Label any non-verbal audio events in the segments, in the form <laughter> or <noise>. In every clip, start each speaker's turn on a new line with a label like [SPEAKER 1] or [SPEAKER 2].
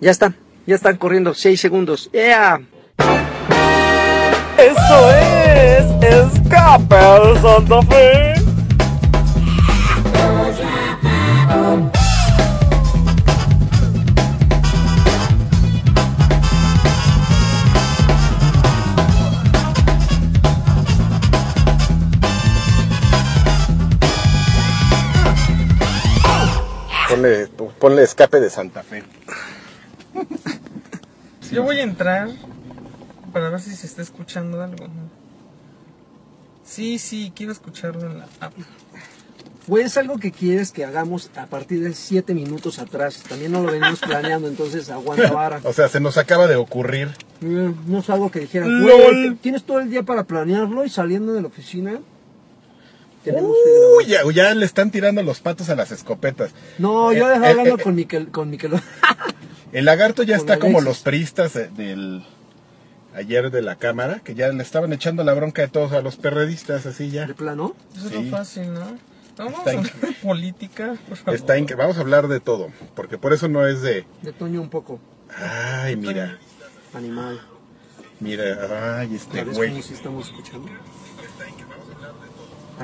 [SPEAKER 1] Ya está, ya están corriendo 6 segundos. ¡Ea!
[SPEAKER 2] Eso es Escape al Santa Fe.
[SPEAKER 3] Ponle, ponle escape de Santa Fe.
[SPEAKER 4] Yo voy a entrar para ver si se está escuchando algo. Sí, sí, quiero escucharlo en la app.
[SPEAKER 1] Güey, es Pues algo que quieres que hagamos a partir de 7 minutos atrás. También no lo venimos planeando, entonces aguanta vara.
[SPEAKER 3] O sea, se nos acaba de ocurrir.
[SPEAKER 1] Mm, No es algo que dijeran,
[SPEAKER 4] Lol.
[SPEAKER 1] güey, tienes todo el día para planearlo y saliendo de la oficina. Tenemos que grabar".
[SPEAKER 3] Uy, ya, ya le están tirando los patos a las escopetas.
[SPEAKER 1] No, yo
[SPEAKER 3] Eh,
[SPEAKER 1] dejaba
[SPEAKER 3] eh,
[SPEAKER 1] hablando
[SPEAKER 3] eh,
[SPEAKER 1] con Miquel, con Miquel. <laughs>
[SPEAKER 3] El lagarto ya
[SPEAKER 1] Con
[SPEAKER 3] está como
[SPEAKER 1] Alexis.
[SPEAKER 3] los priistas eh, del ayer de la cámara, que ya le estaban echando la bronca de todos a los perredistas, así ya.
[SPEAKER 1] ¿De plano?
[SPEAKER 4] Eso
[SPEAKER 3] Sí.
[SPEAKER 4] es lo fácil, ¿no? No, vamos
[SPEAKER 3] Está
[SPEAKER 4] a
[SPEAKER 3] en-
[SPEAKER 4] hablar de política, por favor.
[SPEAKER 3] Está en que vamos a hablar de todo, porque por eso no es de
[SPEAKER 1] De Toño un poco,
[SPEAKER 3] ay, mira,
[SPEAKER 1] animal.
[SPEAKER 3] mira, ay, este
[SPEAKER 1] ¿Sabes
[SPEAKER 3] güey.
[SPEAKER 1] cómo sí estamos escuchando?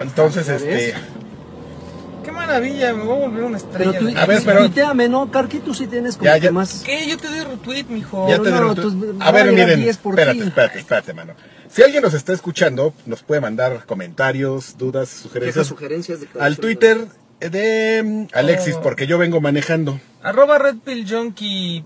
[SPEAKER 3] Entonces,
[SPEAKER 1] ¿Ya ves?
[SPEAKER 3] este,
[SPEAKER 4] Qué maravilla, me voy a volver una
[SPEAKER 1] Pero
[SPEAKER 4] estrella.
[SPEAKER 1] tú,
[SPEAKER 4] de-
[SPEAKER 3] A ver, pero-
[SPEAKER 1] tuiteame, ¿no? Carqui, tú sí tienes como
[SPEAKER 3] Ya,
[SPEAKER 1] que
[SPEAKER 3] ya.
[SPEAKER 1] más...
[SPEAKER 4] ¿Qué? Yo te doy retweet, mijo.
[SPEAKER 3] ya
[SPEAKER 1] Pero
[SPEAKER 3] te
[SPEAKER 1] no,
[SPEAKER 3] derrotó.
[SPEAKER 1] entonces,
[SPEAKER 3] A
[SPEAKER 1] van
[SPEAKER 3] ver,
[SPEAKER 1] a llegar
[SPEAKER 3] miren,
[SPEAKER 1] 10 por
[SPEAKER 3] espérate,
[SPEAKER 1] ti.
[SPEAKER 3] espérate, espérate, mano. Si alguien nos está escuchando, nos puede mandar comentarios, dudas,
[SPEAKER 1] Quejas,
[SPEAKER 3] sugerencias
[SPEAKER 1] sugerencias de
[SPEAKER 3] al Twitter de mm, Alexis,
[SPEAKER 1] Oh.
[SPEAKER 3] porque yo vengo manejando.
[SPEAKER 4] Arroba Red Pill Junkie.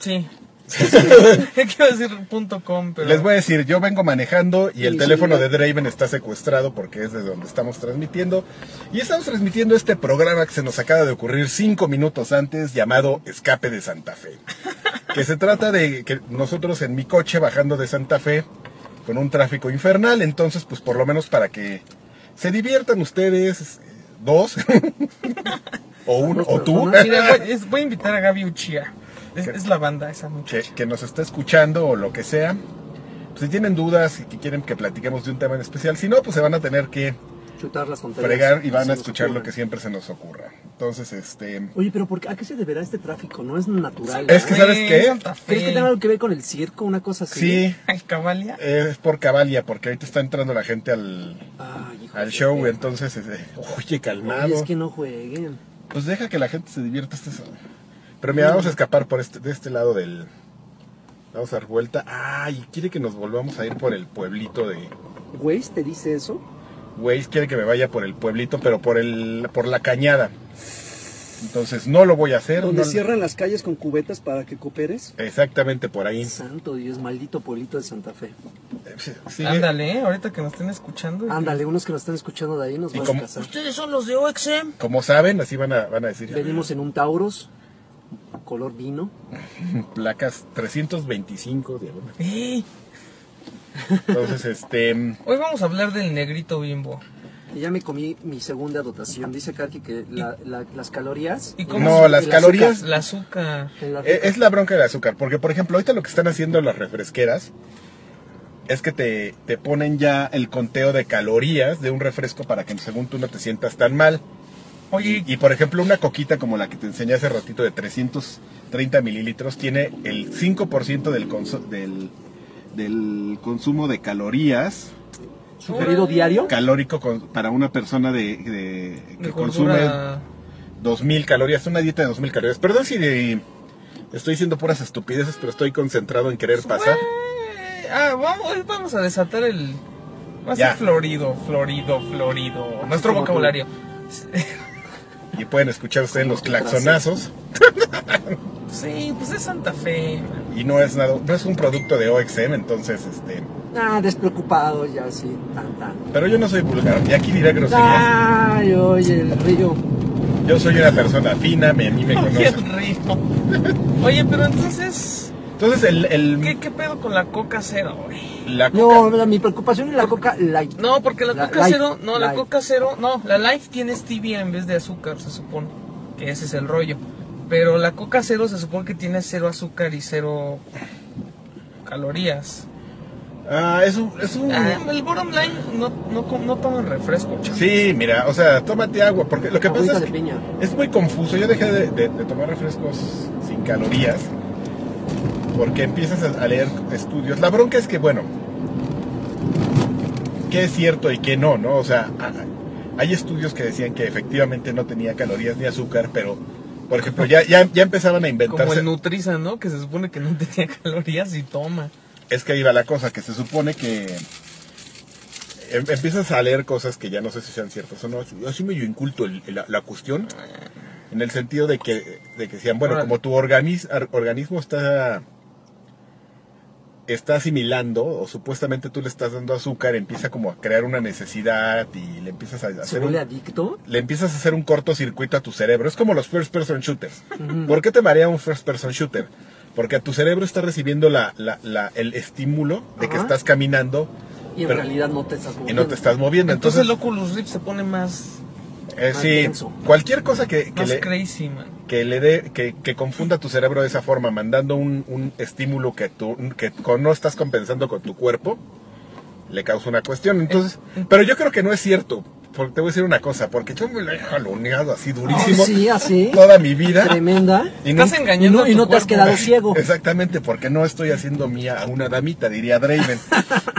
[SPEAKER 3] <laughs>
[SPEAKER 4] Sí. Quiero decir punto com, pero.
[SPEAKER 3] Les voy a decir, yo vengo manejando y el
[SPEAKER 1] Sí,
[SPEAKER 3] teléfono
[SPEAKER 1] sí.
[SPEAKER 3] de Draven está secuestrado porque es de donde estamos transmitiendo. Y estamos transmitiendo este programa que se nos acaba de ocurrir cinco minutos antes llamado Escape de Santa
[SPEAKER 1] <laughs>
[SPEAKER 3] Fe. Que se trata de que nosotros en mi coche bajando de Santa Fe con un tráfico infernal, entonces pues por lo menos para que se diviertan ustedes eh, dos <laughs> o uno o tú.
[SPEAKER 1] personas.
[SPEAKER 4] Mira, voy, es- voy a invitar a Gaby Uchía. Es, es la banda esa
[SPEAKER 3] que,
[SPEAKER 4] muchacha.
[SPEAKER 3] que nos está escuchando o lo que sea, pues, si tienen dudas y que quieren que platiquemos de un tema en especial, si no, pues se van a tener que
[SPEAKER 1] Chutar las tonterías.
[SPEAKER 3] fregar y van
[SPEAKER 1] Se
[SPEAKER 3] a
[SPEAKER 1] nos
[SPEAKER 3] escuchar lo
[SPEAKER 1] ocurran.
[SPEAKER 3] que siempre se nos ocurra. Entonces, este...
[SPEAKER 1] Oye, pero por qué- ¿a qué se deberá este tráfico? No es natural.
[SPEAKER 3] Es
[SPEAKER 1] ¿no?
[SPEAKER 3] que ¿sabes
[SPEAKER 4] Güey,
[SPEAKER 3] qué?
[SPEAKER 4] Santa Fe.
[SPEAKER 1] ¿Crees que tenga algo que ver con el circo? Una cosa así.
[SPEAKER 3] Sí,
[SPEAKER 4] Ay, Cabalia.
[SPEAKER 3] es por Cavalia, porque ahorita está entrando la gente al,
[SPEAKER 1] Ay, hijo
[SPEAKER 3] al
[SPEAKER 1] de
[SPEAKER 3] show,
[SPEAKER 1] perra.
[SPEAKER 3] entonces, este, oye,
[SPEAKER 1] Oye,
[SPEAKER 3] calmado.
[SPEAKER 1] es que no jueguen.
[SPEAKER 3] Pues deja que la gente se divierta. este es- Pero mira, vamos a escapar por este, de este lado del... Vamos a dar vuelta. Ay, quiere que nos volvamos a ir por el pueblito de...
[SPEAKER 1] ¿Waze te dice eso?
[SPEAKER 3] Waze quiere que me vaya por el pueblito, pero por el por la cañada. Entonces no lo voy a hacer.
[SPEAKER 5] Donde
[SPEAKER 3] no-
[SPEAKER 5] cierran las calles con cubetas para que cooperes.
[SPEAKER 3] Exactamente por ahí.
[SPEAKER 1] Santo Dios, maldito pueblito de Santa Fe.
[SPEAKER 3] Sí,
[SPEAKER 4] Ándale, eh, ahorita que nos estén escuchando.
[SPEAKER 1] Ándale, unos que nos están escuchando de ahí nos
[SPEAKER 3] ¿Y
[SPEAKER 1] van
[SPEAKER 3] cómo?
[SPEAKER 1] a casar.
[SPEAKER 4] Ustedes son los de OXM.
[SPEAKER 3] Como saben, así van a, van a decir
[SPEAKER 1] Venimos en un Tauros, color vino.
[SPEAKER 3] placas
[SPEAKER 4] <laughs>
[SPEAKER 3] 325 diagonal.
[SPEAKER 4] Ey,
[SPEAKER 3] Entonces, este
[SPEAKER 4] Eh, hoy vamos a hablar del negrito bimbo.
[SPEAKER 1] Y ya me comí mi segunda dotación. Dice Kaki que la- la- las calorías.
[SPEAKER 4] ¿Y cómo
[SPEAKER 3] no,
[SPEAKER 4] se-
[SPEAKER 3] las
[SPEAKER 1] el
[SPEAKER 3] calorías
[SPEAKER 4] El azúcar.
[SPEAKER 1] en la-
[SPEAKER 3] e- es la bronca del azúcar, porque por ejemplo, ahorita lo que están haciendo las refresqueras es que te, te ponen ya el conteo de calorías de un refresco para que según tú no te sientas tan mal.
[SPEAKER 4] Oye,
[SPEAKER 3] Y, y, por ejemplo, una coquita como la que te enseñé hace ratito de 330 mililitros tiene el 5% del, consu- del, del consumo de calorías eh,
[SPEAKER 1] ¿Sugerido diario?
[SPEAKER 3] calórico con- para una persona de, de- que
[SPEAKER 4] de
[SPEAKER 3] consume
[SPEAKER 4] gordura.
[SPEAKER 3] 2000 calorías, una dieta de 2000 calorías. Perdón si de- estoy diciendo puras estupideces, pero estoy concentrado en querer pasar.
[SPEAKER 4] Güey, Pues, Ah, vamos, hoy vamos a desatar el. Va a
[SPEAKER 3] Ya.
[SPEAKER 4] ser florido, florido, florido. Nuestro
[SPEAKER 1] como tú.
[SPEAKER 4] vocabulario.
[SPEAKER 3] Y pueden escuchar ustedes los claxonazos.
[SPEAKER 4] Sí, pues es Santa Fe.
[SPEAKER 3] Y no es nada, no es un producto de OXM, entonces este.
[SPEAKER 1] Ah, despreocupado ya, sí. Tan, tan.
[SPEAKER 3] Pero yo no soy vulgar, y aquí diré groserías.
[SPEAKER 1] Ay, oye, el río.
[SPEAKER 3] Yo soy una persona fina, me,
[SPEAKER 4] <laughs>
[SPEAKER 3] a mí me
[SPEAKER 4] Oye,
[SPEAKER 3] conocen.
[SPEAKER 4] rico. Oye, pero entonces,
[SPEAKER 3] Entonces, el, el-
[SPEAKER 4] ¿qué, qué pedo con la coca cero, güey?
[SPEAKER 3] la
[SPEAKER 1] No,
[SPEAKER 3] coca,
[SPEAKER 1] mira, mi preocupación es la coca light.
[SPEAKER 4] No, porque la,
[SPEAKER 1] La
[SPEAKER 4] coca
[SPEAKER 1] Life,
[SPEAKER 4] cero, no, la
[SPEAKER 1] Life.
[SPEAKER 4] coca cero, no, la light tiene stevia en vez de azúcar, se supone. Que ese es el rollo. Pero la coca cero se supone que tiene cero azúcar y cero calorías.
[SPEAKER 3] ah, es un, es un-
[SPEAKER 4] Ah, el bottom line no, no, com- no toman refresco, chaval.
[SPEAKER 3] sí, mira, o sea, tómate agua, porque lo que
[SPEAKER 1] Agüita
[SPEAKER 3] pasa es
[SPEAKER 1] de
[SPEAKER 3] que
[SPEAKER 1] piña.
[SPEAKER 3] es muy confuso. Yo dejé de, de- de tomar refrescos sin calorías porque empiezas a a leer estudios. La bronca es que, bueno, qué es cierto y qué no, ¿no? O sea, a- hay estudios que decían que efectivamente no tenía calorías ni azúcar, pero, por ejemplo, ya, ya, ya empezaban a
[SPEAKER 4] Como
[SPEAKER 3] inventarse...
[SPEAKER 4] el Nutriza, ¿no? Que se supone que no <laughs> tenía calorías y toma.
[SPEAKER 3] Es que ahí va la cosa, que se supone que em- empiezas a leer cosas que ya no sé si sean ciertas o no. Así- Así medio inculto el- la, la cuestión, en el sentido de que, de que decían, bueno,
[SPEAKER 4] Órale.
[SPEAKER 3] como tu organis- ar- organismo está, está asimilando, o supuestamente tú le estás dando azúcar, empieza como a crear una necesidad y le empiezas a
[SPEAKER 1] ¿Se
[SPEAKER 3] hacer un-
[SPEAKER 1] vuelve adicto?
[SPEAKER 3] le empiezas a hacer un cortocircuito a tu cerebro. Es como los first person shooters. ¿Por qué te marea un first person shooter? Porque a tu cerebro está recibiendo la, la- la- el estímulo de que
[SPEAKER 1] Ajá.
[SPEAKER 3] estás caminando
[SPEAKER 1] Y en
[SPEAKER 3] Pero-
[SPEAKER 1] realidad no te estás
[SPEAKER 3] y no te estás moviendo.
[SPEAKER 4] Entonces,
[SPEAKER 3] Entonces,
[SPEAKER 4] el Oculus Rift se pone más,
[SPEAKER 3] eh,
[SPEAKER 1] más
[SPEAKER 3] sí,
[SPEAKER 1] denso.
[SPEAKER 3] cualquier cosa que, que
[SPEAKER 4] más
[SPEAKER 3] le,
[SPEAKER 4] crazy, man.
[SPEAKER 3] que le dé, que, que confunda tu cerebro de esa forma, mandando un, un estímulo que tú que co- no estás compensando con tu cuerpo, le causa una cuestión. Entonces,
[SPEAKER 1] Eh,
[SPEAKER 3] pero yo creo que no es cierto. Porque te voy a decir una cosa, porque yo me la he jaloneado así durísimo
[SPEAKER 1] Ah, sí, así.
[SPEAKER 3] toda mi vida.
[SPEAKER 1] Tremenda.
[SPEAKER 3] Y
[SPEAKER 4] Estás
[SPEAKER 3] nunca-
[SPEAKER 1] Y
[SPEAKER 4] engañando
[SPEAKER 1] no,
[SPEAKER 4] a
[SPEAKER 1] y
[SPEAKER 4] tu
[SPEAKER 1] no te has
[SPEAKER 4] cuerpo.
[SPEAKER 3] <laughs>
[SPEAKER 1] quedado ciego.
[SPEAKER 3] Exactamente, porque no estoy haciendo mía a una damita, diría Draven.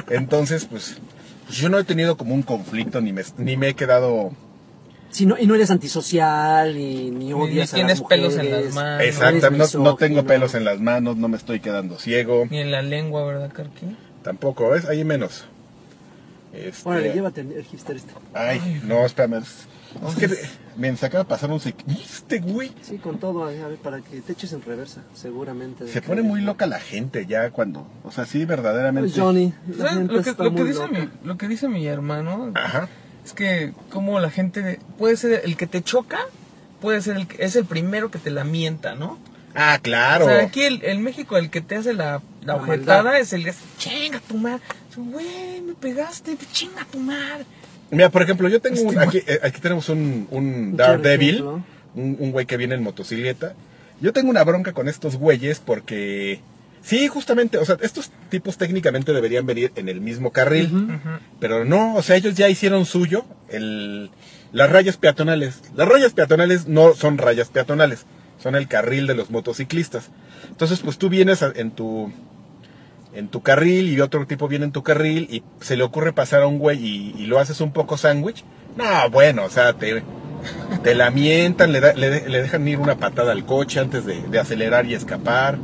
[SPEAKER 3] Entonces, pues, pues yo no he tenido como un conflicto, ni me, ni me he quedado...
[SPEAKER 1] Si no, y no eres antisocial, ni, ni
[SPEAKER 4] Ni, ni
[SPEAKER 1] odias a las
[SPEAKER 4] tienes pelos en las
[SPEAKER 1] mujeres.
[SPEAKER 4] manos.
[SPEAKER 3] Exactamente,
[SPEAKER 1] eres
[SPEAKER 3] no, no tengo
[SPEAKER 1] misógino.
[SPEAKER 3] pelos en las manos, no me estoy quedando ciego,
[SPEAKER 4] Ni en la lengua, ¿verdad, Carqui?
[SPEAKER 3] tampoco, ¿ves? Ahí menos. Este,
[SPEAKER 1] Órale, llévate el hipster este.
[SPEAKER 3] Ay, no, espérame. Es que, miren, se acaba de pasar un... sec- Este güey...
[SPEAKER 1] Sí, con todo, a ver, para que te eches en reversa, seguramente.
[SPEAKER 3] Se pone muy loca la gente ya cuando... O sea, sí, verdaderamente...
[SPEAKER 1] Pues Johnny, la
[SPEAKER 4] ¿Sabes?
[SPEAKER 1] gente
[SPEAKER 4] Lo que,
[SPEAKER 1] está
[SPEAKER 4] lo que
[SPEAKER 1] muy
[SPEAKER 4] dice
[SPEAKER 1] loca.
[SPEAKER 4] mi, lo que dice mi hermano
[SPEAKER 3] Ajá.
[SPEAKER 4] es que como la gente puede ser el que te choca, puede ser el que es el primero que te la mienta, ¿no?
[SPEAKER 3] Ah, claro.
[SPEAKER 4] O sea, aquí el, el México, el que te hace la,
[SPEAKER 1] La
[SPEAKER 4] la ojetada
[SPEAKER 1] maldad.
[SPEAKER 4] es el que hace, chinga tu madre. Dice, Güey, me pegaste, te chinga tu madre.
[SPEAKER 3] Mira, por ejemplo, yo tengo un, aquí, eh, aquí tenemos un, un Daredevil,
[SPEAKER 1] ejemplo.
[SPEAKER 3] un, un güey que viene en motocicleta. Yo tengo una bronca con estos güeyes porque sí, justamente, o sea, estos tipos técnicamente deberían venir en el mismo carril, pero no, o sea, ellos ya hicieron suyo el las rayas peatonales. Las rayas peatonales no son rayas peatonales, son el carril de los motociclistas. Entonces, pues tú vienes a- en tu en tu carril y otro tipo viene en tu carril y se le ocurre pasar a un güey y, y lo haces un poco sándwich, no, bueno, o sea, te, te la mientan, le, da- le de- le dejan ir una patada al coche antes de, de acelerar y escapar.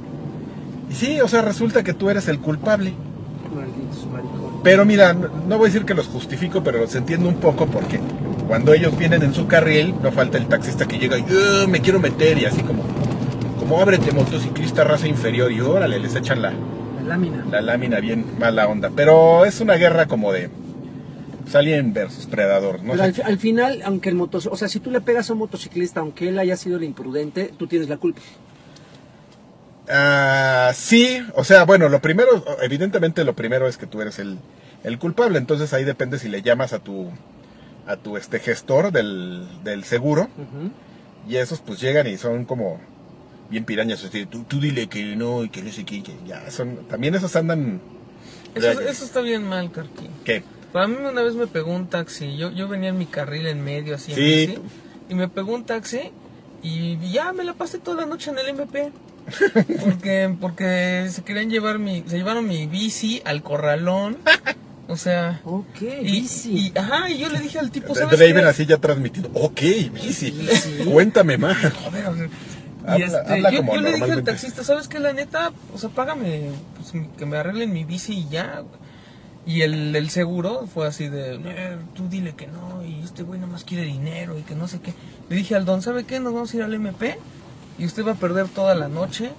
[SPEAKER 3] Y sí, o sea, resulta que tú eres el culpable.
[SPEAKER 1] Malditos maricones.
[SPEAKER 3] Pero mira, no no voy a decir que los justifico, pero los entiendo un poco porque cuando ellos vienen en su carril, no falta el taxista que llega y "Eh, me quiero meter y así como, como ábrete motociclista raza inferior y órale, les echan la,
[SPEAKER 1] La lámina.
[SPEAKER 3] la lámina bien mala onda. Pero es una guerra como de pues, Alien versus Predador, ¿no?
[SPEAKER 1] Pero
[SPEAKER 3] sé.
[SPEAKER 1] al, al final, aunque el motociclista, o sea, si tú le pegas a un motociclista, aunque él haya sido el imprudente, tú tienes la culpa.
[SPEAKER 3] Ah, sí, o sea, bueno, lo primero, evidentemente lo primero es que tú eres el, el culpable, entonces ahí depende si le llamas a tu a tu este gestor del, del seguro y esos pues llegan y son como bien pirañas, así, tú, tú dile que no y que no sé qué, que ya son, también esos andan
[SPEAKER 4] Eso,
[SPEAKER 3] Ya, ya.
[SPEAKER 4] eso está bien mal, Carqui.
[SPEAKER 3] que
[SPEAKER 4] Para mí una vez me pegó un taxi. Yo, yo venía en mi carril en medio, así en
[SPEAKER 3] Sí.
[SPEAKER 4] bici, Y me pegó un taxi y ya me la pasé toda la noche en el MP. <laughs> Porque, porque se querían llevar mi... Se llevaron mi bici al corralón. O sea...
[SPEAKER 1] Ok,
[SPEAKER 4] Y,
[SPEAKER 1] bici.
[SPEAKER 4] y- ajá, y yo le dije al tipo, pues, ¿sabes
[SPEAKER 3] Draven
[SPEAKER 4] qué?
[SPEAKER 3] así ya transmitido, ok, bici,
[SPEAKER 1] Bici.
[SPEAKER 3] cuéntame más.
[SPEAKER 4] Joder, o sea, y
[SPEAKER 3] Habla-
[SPEAKER 4] este,
[SPEAKER 3] habla
[SPEAKER 4] yo,
[SPEAKER 3] como
[SPEAKER 4] yo le dije al
[SPEAKER 3] normalmente.
[SPEAKER 4] taxista, ¿sabes qué? La neta, o sea, págame, pues, mi- que me arreglen mi bici y ya. güey". Y el, el seguro fue así de, "Eh, tú dile que no, y este güey nomás quiere dinero y que no sé qué. Le dije al don, ¿sabe qué? Nos vamos a ir al MP y usted va a perder toda la noche.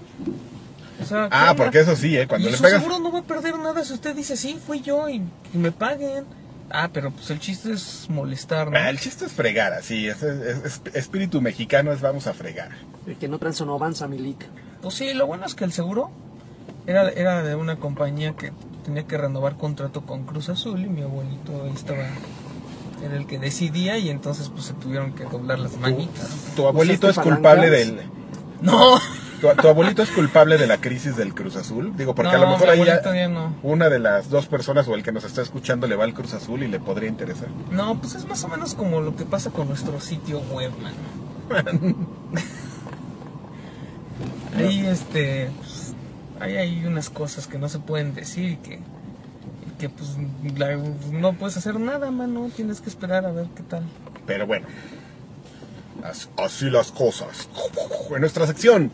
[SPEAKER 4] O sea,
[SPEAKER 3] Ah,
[SPEAKER 4] ¿qué
[SPEAKER 3] porque
[SPEAKER 4] onda?
[SPEAKER 3] eso sí, ¿eh? cuando
[SPEAKER 4] y
[SPEAKER 3] le
[SPEAKER 4] su
[SPEAKER 3] pegas...
[SPEAKER 4] seguro no va a perder nada si usted dice, sí, fui yo y que me paguen. Ah, pero pues el chiste es molestar, ¿no?
[SPEAKER 3] Ah, el chiste es fregar, así, es, es- es- espíritu mexicano es vamos a fregar.
[SPEAKER 1] El que no tranza no avanza, Milik.
[SPEAKER 4] Pues sí, lo bueno es que el seguro era, era de una compañía que tenía que renovar contrato con Cruz Azul y mi abuelito ahí estaba en el que decidía y entonces pues se tuvieron que doblar las manitas.
[SPEAKER 3] Tu abuelito es
[SPEAKER 1] ¿Usaste
[SPEAKER 3] culpable
[SPEAKER 1] palancas?
[SPEAKER 3] del...
[SPEAKER 4] No, <laughs>
[SPEAKER 3] Tu, tu abuelito es culpable de la crisis del Cruz Azul. Digo, porque a
[SPEAKER 4] No,
[SPEAKER 3] lo mejor
[SPEAKER 4] mi
[SPEAKER 3] ahí ya
[SPEAKER 4] abuelito ya no.
[SPEAKER 3] una de las dos personas o el que nos está escuchando le va al Cruz Azul y le podría interesar.
[SPEAKER 4] no, pues es más o menos como lo que pasa con nuestro sitio web, man. <laughs> Ahí este... pues, Ahí hay unas cosas que no se pueden decir y que, y que pues la- no puedes hacer nada, mano. Tienes que esperar a ver qué tal.
[SPEAKER 3] Pero bueno, as- así las cosas. En nuestra sección,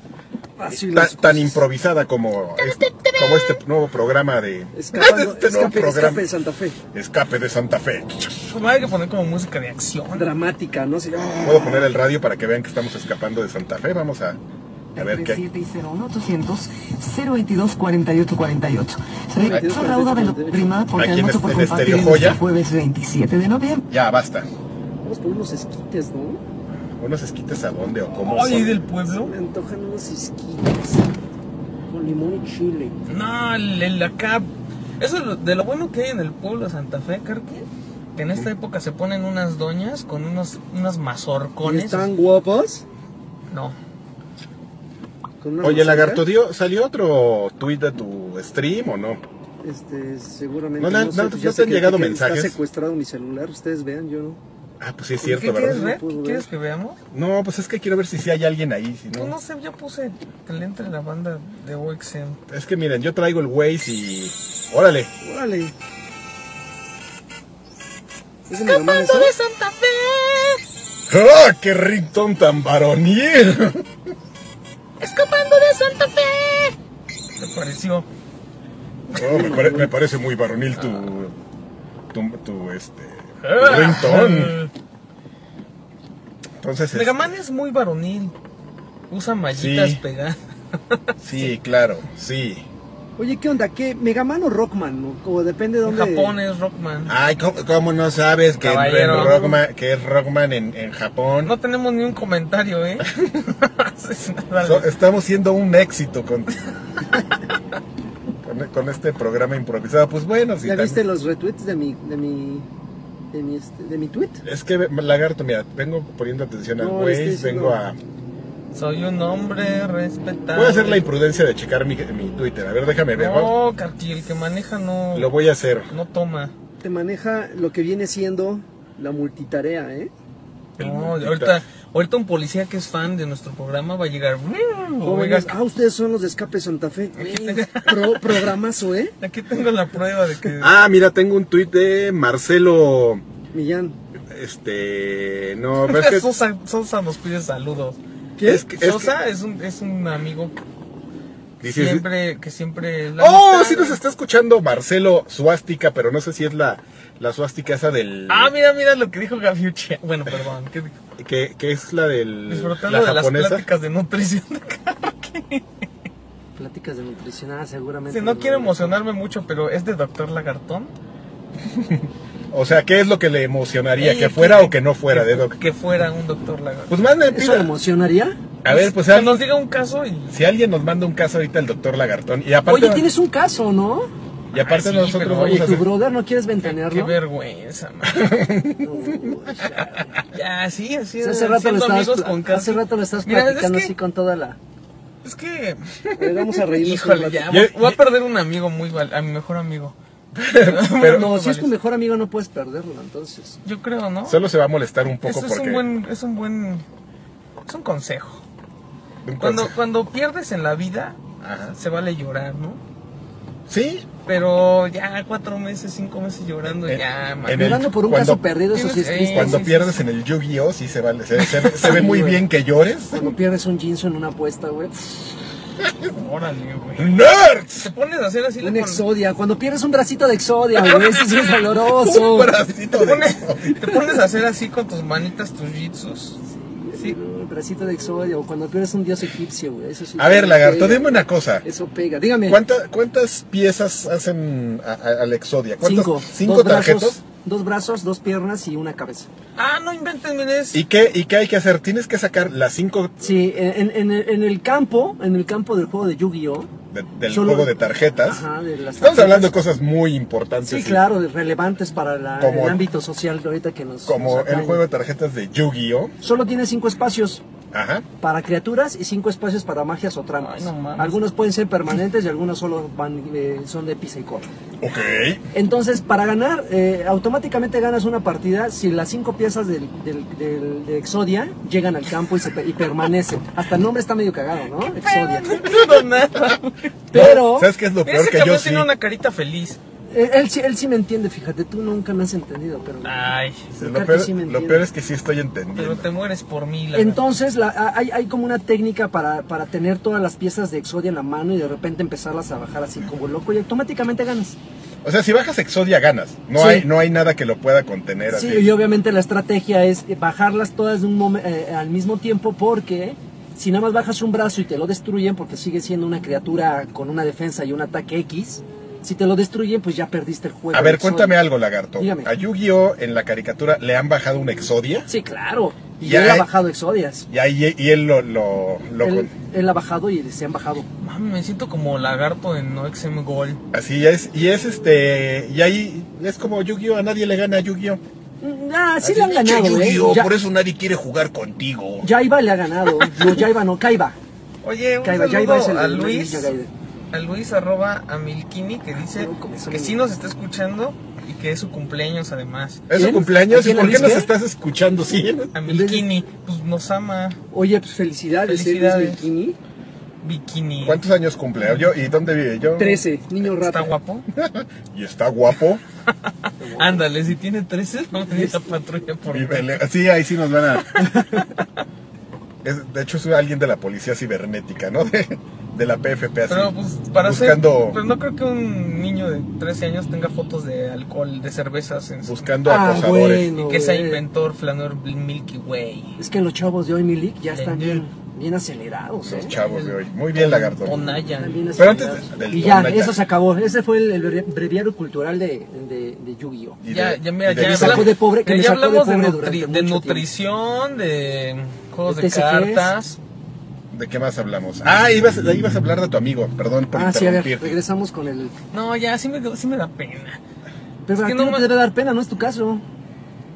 [SPEAKER 1] Así
[SPEAKER 3] ta-
[SPEAKER 1] las
[SPEAKER 3] tan,
[SPEAKER 1] cosas.
[SPEAKER 3] improvisada como este, como este nuevo programa de...
[SPEAKER 5] Escapando-
[SPEAKER 3] <laughs> este nuevo
[SPEAKER 5] escape,
[SPEAKER 3] programa.
[SPEAKER 5] escape de Santa Fe.
[SPEAKER 3] Escape de Santa Fe.
[SPEAKER 4] Como hay que poner como música de acción.
[SPEAKER 5] Dramática, ¿no? Así, ah,
[SPEAKER 3] Puedo poner el radio para que vean que estamos escapando de Santa Fe. Vamos a, a ver qué.
[SPEAKER 6] 37 y 01800 022 48 48. Recto rauda de la prima por
[SPEAKER 3] Aquí en
[SPEAKER 6] el
[SPEAKER 3] este-
[SPEAKER 6] por
[SPEAKER 3] en Estéreo
[SPEAKER 6] compartir
[SPEAKER 3] Joya.
[SPEAKER 6] este jueves 27 de noviembre.
[SPEAKER 3] Ya, basta.
[SPEAKER 5] Vamos por unos esquites, ¿no?
[SPEAKER 3] ¿Unos esquites a dónde o cómo?
[SPEAKER 4] Oye,
[SPEAKER 3] son?
[SPEAKER 4] del pueblo.
[SPEAKER 5] Me antojan unos esquites. Con limón y chile.
[SPEAKER 4] No, el, el acá. Eso es lo- de lo bueno que hay en el pueblo de Santa Fe, Carqui. Que en esta época se ponen unas doñas con unos, unos
[SPEAKER 5] ¿Y
[SPEAKER 4] mazorcones.
[SPEAKER 5] ¿Están guapos?
[SPEAKER 4] No.
[SPEAKER 5] Con una
[SPEAKER 3] Oye,
[SPEAKER 5] rosita.
[SPEAKER 3] Lagarto, dio, ¿salió otro tweet de tu stream o no?
[SPEAKER 5] Este, seguramente.
[SPEAKER 3] No, no,
[SPEAKER 5] sé,
[SPEAKER 3] no,
[SPEAKER 5] pues
[SPEAKER 3] no
[SPEAKER 5] ya sé
[SPEAKER 3] te han
[SPEAKER 5] que-
[SPEAKER 3] llegado
[SPEAKER 5] que
[SPEAKER 3] mensajes.
[SPEAKER 5] Está secuestrado mi celular, ustedes vean, yo no.
[SPEAKER 3] Ah, pues sí es
[SPEAKER 4] ¿Qué
[SPEAKER 3] cierto,
[SPEAKER 4] quieres
[SPEAKER 3] ¿verdad? Pues,
[SPEAKER 4] ver?
[SPEAKER 5] No puedo ver.
[SPEAKER 4] ¿Quieres que veamos?
[SPEAKER 3] No, pues es que quiero ver si sí hay alguien ahí. Si
[SPEAKER 5] Pues
[SPEAKER 4] No,
[SPEAKER 3] no.
[SPEAKER 4] no sé, yo puse que le entre la banda de OXM.
[SPEAKER 3] Es que miren, yo traigo el Waze y. ¡Órale!
[SPEAKER 5] Órale. Es el Mazatlán, ¿sabes?
[SPEAKER 4] Santa Fe!
[SPEAKER 3] ¡Ah, qué rington tan varonil!
[SPEAKER 4] ¡Escapando de Santa Fe! ¿Te pareció?
[SPEAKER 3] Oh, me, pare- me parece muy varonil tu. tu, tu, este. tu ringtone. Entonces. este,
[SPEAKER 4] Megaman es muy varonil. Usa mallitas
[SPEAKER 3] Sí.
[SPEAKER 4] pegadas.
[SPEAKER 3] Sí, claro, sí.
[SPEAKER 5] Oye, ¿qué onda? ¿Qué? ¿Megaman o Rockman? ¿no? Como depende de
[SPEAKER 4] En
[SPEAKER 5] dónde.
[SPEAKER 4] Japón es Rockman.
[SPEAKER 3] Ay, ¿cómo, cómo no sabes que, en- en
[SPEAKER 4] Caballero.
[SPEAKER 3] Rockman- que es Rockman en, en Japón?
[SPEAKER 4] No tenemos ni un comentario, ¿eh? <laughs> Es nada.
[SPEAKER 3] So- eh, estamos siendo un éxito con, <laughs> con, con este programa improvisado. Pues bueno, si
[SPEAKER 5] ¿Ya
[SPEAKER 3] tan-
[SPEAKER 5] viste los retweets de mi. de mi. de mi, este, de mi tweet?
[SPEAKER 3] Es que, Lagarto, mira, vengo poniendo atención al
[SPEAKER 5] No,
[SPEAKER 3] güey,
[SPEAKER 5] le estoy
[SPEAKER 3] vengo a...
[SPEAKER 5] diciendo-
[SPEAKER 4] Soy un hombre respetado.
[SPEAKER 3] Voy a hacer la imprudencia de checar mi, mi Twitter. A ver, déjame ver. vamos.
[SPEAKER 4] No, Carqui, el que maneja no,
[SPEAKER 3] Lo voy a hacer.
[SPEAKER 4] no toma.
[SPEAKER 5] Te maneja lo que viene siendo la multitarea, ¿eh?
[SPEAKER 3] El
[SPEAKER 4] No,
[SPEAKER 3] multita-
[SPEAKER 4] ahorita, ahorita un policía que es fan de nuestro programa va a llegar. "Mm, Oiga,
[SPEAKER 5] Jóvenes, ah, ustedes son los de Escape Santa Fe. Eh, pro- programazo, ¿eh?
[SPEAKER 4] ah, aquí tengo la prueba de que.
[SPEAKER 3] Ah, mira, tengo un tuit de Marcelo...
[SPEAKER 5] Millán.
[SPEAKER 3] Este... No, pero es que...
[SPEAKER 4] <laughs> Sosa, Sosa nos pide saludos.
[SPEAKER 3] es que- es que-
[SPEAKER 4] Sosa es un, es un amigo que
[SPEAKER 3] dice-
[SPEAKER 4] siempre, que siempre... la
[SPEAKER 3] ¡Oh!
[SPEAKER 4] amistad-
[SPEAKER 3] Sí nos está escuchando Marcelo Suástica, pero no sé si es la, la suástica esa del...
[SPEAKER 4] Ah, mira, mira lo que dijo Gaviuchia. Bueno, perdón. ¿qué dijo?
[SPEAKER 3] que, que es la del...
[SPEAKER 4] Disfrutando de las pláticas de nutrición. <laughs>
[SPEAKER 1] Pláticas de nutricional, seguramente.
[SPEAKER 4] Si no quiero emocionarme mucho, pero es de Doctor Lagartón.
[SPEAKER 3] O sea, ¿qué es lo que le emocionaría?
[SPEAKER 4] Ey,
[SPEAKER 3] ¿Que
[SPEAKER 4] aquí-
[SPEAKER 3] fuera o que no fuera de Doc?
[SPEAKER 4] Que fuera un Doctor Lagartón.
[SPEAKER 3] Pues manden
[SPEAKER 1] ¿Eso le
[SPEAKER 3] pida.
[SPEAKER 1] emocionaría?
[SPEAKER 3] A ver, pues
[SPEAKER 4] que
[SPEAKER 3] a-
[SPEAKER 4] nos diga un caso y...
[SPEAKER 3] si alguien nos manda un caso ahorita el doctor Lagartón y aparte
[SPEAKER 1] Oye, tienes un caso, ¿no?
[SPEAKER 3] y aparte
[SPEAKER 4] Ah, sí,
[SPEAKER 3] nosotros
[SPEAKER 4] pero
[SPEAKER 3] vamos
[SPEAKER 1] Oye,
[SPEAKER 3] a
[SPEAKER 1] tu
[SPEAKER 3] hacer-
[SPEAKER 1] brother, ¿no quieres
[SPEAKER 4] Qué,
[SPEAKER 1] ventanearlo?
[SPEAKER 4] qué vergüenza, man. <laughs> ya, sí, así
[SPEAKER 1] O
[SPEAKER 4] es.
[SPEAKER 1] sea, hace rato lo
[SPEAKER 4] siendo
[SPEAKER 1] estabas,
[SPEAKER 4] amigos con Carqui.
[SPEAKER 1] hace rato lo estabas
[SPEAKER 4] Mira,
[SPEAKER 1] platicando
[SPEAKER 4] es que,
[SPEAKER 1] así con toda la...
[SPEAKER 4] Es que...
[SPEAKER 5] A ver, vamos a reírnos.
[SPEAKER 4] Híjole,
[SPEAKER 5] un rato.
[SPEAKER 4] ya,
[SPEAKER 3] Yo-
[SPEAKER 4] voy, voy
[SPEAKER 3] yo-
[SPEAKER 4] a perder un amigo muy val- a mi mejor
[SPEAKER 3] <laughs>
[SPEAKER 4] amigo.
[SPEAKER 3] Pero-
[SPEAKER 4] Muy
[SPEAKER 1] No, si es tu
[SPEAKER 4] valioso.
[SPEAKER 1] mejor amigo no puedes perderlo, entonces.
[SPEAKER 4] Yo creo, ¿no?
[SPEAKER 3] solo se va a molestar un poco
[SPEAKER 4] Eso es
[SPEAKER 3] porque
[SPEAKER 4] un buen, es un buen, es un consejo.
[SPEAKER 3] un
[SPEAKER 4] Cuando,
[SPEAKER 3] consejo.
[SPEAKER 4] cuando pierdes en la vida, ah,
[SPEAKER 3] Ajá.
[SPEAKER 4] se vale llorar, ¿no?
[SPEAKER 3] Sí,
[SPEAKER 4] Pero ya cuatro meses, cinco meses llorando,
[SPEAKER 3] En-
[SPEAKER 4] ya, man.
[SPEAKER 3] Eh, en el-
[SPEAKER 1] Llorando por un
[SPEAKER 3] cuando-
[SPEAKER 1] caso perdido, eso sí es
[SPEAKER 4] Tienes-
[SPEAKER 1] triste.
[SPEAKER 4] Sí,
[SPEAKER 3] cuando
[SPEAKER 4] sí, sí,
[SPEAKER 3] pierdes en el Yu-Gi-Oh sí se vale, se, se- se ve muy
[SPEAKER 1] güey.
[SPEAKER 3] bien que llores.
[SPEAKER 1] Cuando pierdes un jeans en una apuesta, güey.
[SPEAKER 4] Órale, güey.
[SPEAKER 3] Nerds.
[SPEAKER 4] Te pones a hacer así la
[SPEAKER 1] Un
[SPEAKER 4] con-
[SPEAKER 1] Exodia. Cuando pierdes un bracito de Exodia, güey. Eso sí es doloroso.
[SPEAKER 3] <laughs> Un bracito
[SPEAKER 4] te,
[SPEAKER 3] de
[SPEAKER 4] pones, te pones a hacer así con tus manitas, tus jitsus. Sí.
[SPEAKER 1] Un bracito de Exodia. O cuando pierdes un dios egipcio, güey. Eso sí.
[SPEAKER 3] A ver, Lagarto,
[SPEAKER 1] pega.
[SPEAKER 3] dime una cosa.
[SPEAKER 1] Eso pega. Dígame.
[SPEAKER 3] ¿Cuánta- ¿Cuántas piezas hacen a- a- al Exodia? ¿Cuántas-
[SPEAKER 1] Cinco.
[SPEAKER 3] ¿Cinco
[SPEAKER 1] Dos
[SPEAKER 3] tarjetas?
[SPEAKER 1] Brazos, dos brazos, dos piernas y una cabeza.
[SPEAKER 4] Ah, no inventen, miren, es-
[SPEAKER 3] ¿Y qué, ¿Y qué hay que hacer? Tienes que sacar las cinco
[SPEAKER 1] Sí, en, en- en el campo, en el campo del juego de Yu-Gi-Oh!
[SPEAKER 3] de- del
[SPEAKER 1] Solo-
[SPEAKER 3] juego de tarjetas.
[SPEAKER 1] Ajá, de las
[SPEAKER 3] Estamos
[SPEAKER 1] tarjetas.
[SPEAKER 3] hablando de cosas muy importantes.
[SPEAKER 1] Sí,
[SPEAKER 3] y-
[SPEAKER 1] claro, de- relevantes para la-
[SPEAKER 3] Como-
[SPEAKER 1] el ámbito social que ahorita que nos.
[SPEAKER 3] Como
[SPEAKER 1] nos atañe.
[SPEAKER 3] el juego de tarjetas de Yu-Gi-Oh!
[SPEAKER 1] Solo tiene cinco espacios.
[SPEAKER 3] Ajá.
[SPEAKER 1] para criaturas y cinco espacios para magias o trampas.
[SPEAKER 4] Ay, no mames.
[SPEAKER 1] algunos pueden ser permanentes y algunos solo van, eh, son de pisa y corre.
[SPEAKER 3] Ok.
[SPEAKER 1] Entonces, para ganar, eh, automáticamente ganas una partida si las cinco piezas del, del- del- de Exodia llegan al campo y, se pe- y permanecen. Hasta el nombre está medio cagado, ¿no? Exodia.
[SPEAKER 4] entiendo nada.
[SPEAKER 1] Pero
[SPEAKER 3] ¿Sabes qué es lo peor
[SPEAKER 4] Ese
[SPEAKER 3] que yo
[SPEAKER 4] cabrón
[SPEAKER 3] sí?
[SPEAKER 4] tiene una carita feliz.
[SPEAKER 1] eh, él, sí- él sí me entiende, fíjate, tú nunca me has entendido, pero...
[SPEAKER 4] Ay,
[SPEAKER 3] Lo
[SPEAKER 1] Katy
[SPEAKER 3] peor,
[SPEAKER 1] sí me
[SPEAKER 3] lo
[SPEAKER 1] entiende.
[SPEAKER 3] peor es que sí estoy
[SPEAKER 4] pero
[SPEAKER 3] entendiendo.
[SPEAKER 4] te mueres por mí, la
[SPEAKER 1] Entonces la- a- hay, hay como una técnica para, para tener todas las piezas de Exodia en la mano y de repente empezarlas a bajar así como loco y automáticamente ganas.
[SPEAKER 3] O sea, si bajas Exodia ganas. No
[SPEAKER 1] Sí.
[SPEAKER 3] hay no hay nada que lo pueda contener
[SPEAKER 1] Sí,
[SPEAKER 3] así.
[SPEAKER 1] y obviamente la estrategia es eh, bajarlas todas de un momen- eh, al mismo tiempo porque si nada más bajas un brazo y te lo destruyen porque sigue siendo una criatura con una defensa y un ataque X, si te lo destruyen pues ya perdiste el juego.
[SPEAKER 3] A ver,
[SPEAKER 1] Exodia.
[SPEAKER 3] cuéntame algo, lagarto.
[SPEAKER 1] Dígame.
[SPEAKER 3] A Yu-Gi-Oh en la caricatura le han bajado una Exodia
[SPEAKER 1] Sí, claro. Y
[SPEAKER 3] Ya
[SPEAKER 1] él ha
[SPEAKER 3] hay-
[SPEAKER 1] bajado Exodias.
[SPEAKER 3] y ahí y él lo lo, lo
[SPEAKER 1] Él,
[SPEAKER 3] con-
[SPEAKER 1] él ha bajado y se han bajado.
[SPEAKER 4] verdad. Mami, me siento como lagarto en OXM Gol.
[SPEAKER 3] así es y es este y ahí es como Yu-Gi-Oh a nadie le gana a Yu-Gi-Oh.
[SPEAKER 1] Mm, Ah, sí
[SPEAKER 3] Así,
[SPEAKER 1] le han
[SPEAKER 3] "Pinche
[SPEAKER 1] ganado, ¿eh?
[SPEAKER 3] Yu-Gi-Oh,
[SPEAKER 1] Ya-
[SPEAKER 3] por eso nadie quiere jugar contigo.
[SPEAKER 1] Yaiba le ha ganado. No, Yaiba no, Kaiba.
[SPEAKER 4] Oye, un
[SPEAKER 1] Kaiba, Yaiba es el
[SPEAKER 4] saludo a
[SPEAKER 1] del
[SPEAKER 4] Luis,
[SPEAKER 1] Ninja Gaiden.
[SPEAKER 4] a Luis arroba a Milkini que dice
[SPEAKER 3] Ah,
[SPEAKER 1] luego comenzó
[SPEAKER 4] que
[SPEAKER 1] mi-
[SPEAKER 4] sí nos está escuchando y que es su cumpleaños además.
[SPEAKER 3] Es su
[SPEAKER 1] ¿Quién?
[SPEAKER 3] cumpleaños, ¿y
[SPEAKER 1] ¿Quién
[SPEAKER 3] por qué
[SPEAKER 1] es
[SPEAKER 3] nos
[SPEAKER 1] qué?
[SPEAKER 3] estás
[SPEAKER 1] <laughs>
[SPEAKER 3] escuchando? Sí.
[SPEAKER 4] A Milkini, pues nos ama
[SPEAKER 1] Oye, pues felicidades,
[SPEAKER 4] Felicidades.
[SPEAKER 1] ¿eh? Luis Bikini.
[SPEAKER 4] Bikini.
[SPEAKER 3] ¿Cuántos años cumple? Yo, ¿Y dónde vive yo?
[SPEAKER 1] 13, niño rata.
[SPEAKER 4] ¿Está
[SPEAKER 3] <laughs>
[SPEAKER 4] guapo?
[SPEAKER 3] Y está guapo.
[SPEAKER 4] Ándale, si tiene <laughs> 13, no me la patrulla por
[SPEAKER 3] Vive le- Sí, ahí sí nos van a. <laughs> Es- de hecho, es alguien de la policía cibernética, ¿no? <laughs> De, de la PFP así.
[SPEAKER 4] Pero pues para
[SPEAKER 3] buscando-
[SPEAKER 4] ser, pero no creo que un niño de 13 años tenga fotos de alcohol, de cervezas en su
[SPEAKER 3] buscando
[SPEAKER 1] Ah,
[SPEAKER 3] acosadores.
[SPEAKER 1] bueno.
[SPEAKER 4] y que sea
[SPEAKER 1] güey.
[SPEAKER 4] inventor flanor Milky Way.
[SPEAKER 1] Es que los chavos de hoy, Milik, ya están
[SPEAKER 4] Blender.
[SPEAKER 1] bien, bien acelerados, ¿eh?
[SPEAKER 3] Los chavos de hoy. Muy bien, lagarto.
[SPEAKER 4] Tonayan.
[SPEAKER 1] Están bien
[SPEAKER 3] Pero
[SPEAKER 1] acelerados.
[SPEAKER 3] antes del
[SPEAKER 1] y ya,
[SPEAKER 3] Donald
[SPEAKER 1] eso
[SPEAKER 3] Duck.
[SPEAKER 1] se acabó. Ese fue el, el brevi- breviario cultural de, de, de Yu-Gi-Oh!
[SPEAKER 3] Y
[SPEAKER 4] Ya,
[SPEAKER 3] de-
[SPEAKER 4] ya, mira,
[SPEAKER 3] y de
[SPEAKER 4] ya,
[SPEAKER 1] me
[SPEAKER 3] Lisa-
[SPEAKER 1] sacó
[SPEAKER 4] hablamos-
[SPEAKER 1] de pobre, que
[SPEAKER 4] ya
[SPEAKER 1] me sacó de
[SPEAKER 4] hablamos
[SPEAKER 1] pobre
[SPEAKER 4] nutri-
[SPEAKER 1] durante
[SPEAKER 4] de
[SPEAKER 1] mucho
[SPEAKER 4] nutrición, de juegos
[SPEAKER 1] De
[SPEAKER 4] de
[SPEAKER 1] TCGs.
[SPEAKER 4] cartas.
[SPEAKER 3] ¿De qué más hablamos? Ah, ibas, de ahí ibas a hablar de tu amigo. Perdón por
[SPEAKER 1] Ah, sí, a ver,
[SPEAKER 3] interrumpirte.
[SPEAKER 1] regresamos con el...
[SPEAKER 4] No, ya, sí me, sí me da pena.
[SPEAKER 1] Pero
[SPEAKER 4] Es
[SPEAKER 1] a
[SPEAKER 4] que
[SPEAKER 1] ti
[SPEAKER 4] no Ah.
[SPEAKER 1] no
[SPEAKER 4] ma-
[SPEAKER 1] te debe dar pena, no es tu caso.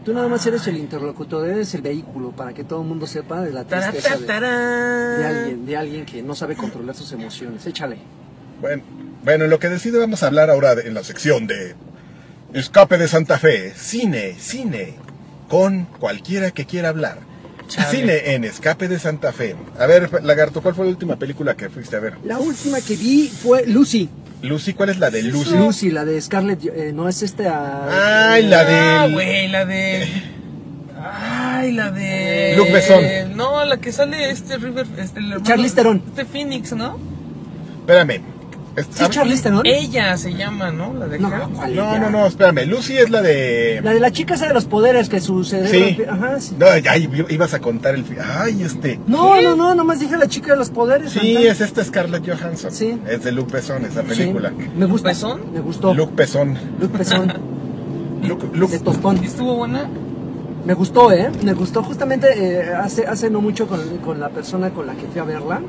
[SPEAKER 1] Tú nada más eres el interlocutor, eres el vehículo para que todo el mundo sepa de la
[SPEAKER 4] Tará,
[SPEAKER 1] tristeza
[SPEAKER 4] tará,
[SPEAKER 1] de,
[SPEAKER 4] tará.
[SPEAKER 1] de alguien, de alguien que no sabe controlar sus emociones. Échale.
[SPEAKER 3] Bueno, bueno, en lo que decide vamos a hablar ahora de- en la sección de Escape de Santa Fe, cine, cine, con cualquiera que quiera hablar.
[SPEAKER 4] Chale.
[SPEAKER 3] Cine en Escape de Santa Fe. A ver, Lagarto, ¿cuál fue la última película que fuiste a ver?
[SPEAKER 1] La última que vi fue Lucy.
[SPEAKER 3] Lucy, ¿cuál es la de Lucy?
[SPEAKER 1] Lucy, la de Scarlett, eh, no es este a...
[SPEAKER 3] Ay, la
[SPEAKER 4] Ah,
[SPEAKER 3] de...
[SPEAKER 4] güey, la de. Ay, la de.
[SPEAKER 3] Luc Besson.
[SPEAKER 4] No, la que sale este River. Este, el hermano-
[SPEAKER 1] Charlize Theron.
[SPEAKER 4] Este Phoenix, ¿no?
[SPEAKER 3] Espérame. Es-
[SPEAKER 1] Sí,
[SPEAKER 3] a-
[SPEAKER 1] Charlize Theron.
[SPEAKER 4] Ella se llama, ¿no? La de.
[SPEAKER 1] No,
[SPEAKER 4] acá.
[SPEAKER 1] ¿cuál
[SPEAKER 3] No,
[SPEAKER 1] ella?
[SPEAKER 3] no, no, espérame. Lucy es la de...
[SPEAKER 1] La de la chica esa de los poderes que su cerebro...
[SPEAKER 3] Sí.
[SPEAKER 1] Ajá, sí.
[SPEAKER 3] No, ya i- ibas a contar el... fi- Ay, este...
[SPEAKER 1] No, no, no, nomás dije la chica de los poderes.
[SPEAKER 3] Sí,
[SPEAKER 1] Santana.
[SPEAKER 3] es esta Scarlett Johansson.
[SPEAKER 1] Sí.
[SPEAKER 3] Es de Luke Besson, esa
[SPEAKER 1] Sí.
[SPEAKER 3] película.
[SPEAKER 1] Me gusta.
[SPEAKER 4] ¿Pezón?
[SPEAKER 1] Me gustó.
[SPEAKER 3] Luke Besson.
[SPEAKER 1] Luke
[SPEAKER 3] <laughs>
[SPEAKER 1] Pezón.
[SPEAKER 3] Luke, Luke-
[SPEAKER 1] De tostón.
[SPEAKER 4] ¿Y ¿Estuvo buena?
[SPEAKER 1] Me gustó, ¿eh? Me gustó justamente eh, hace, hace no mucho con, con la persona con la que fui a verla.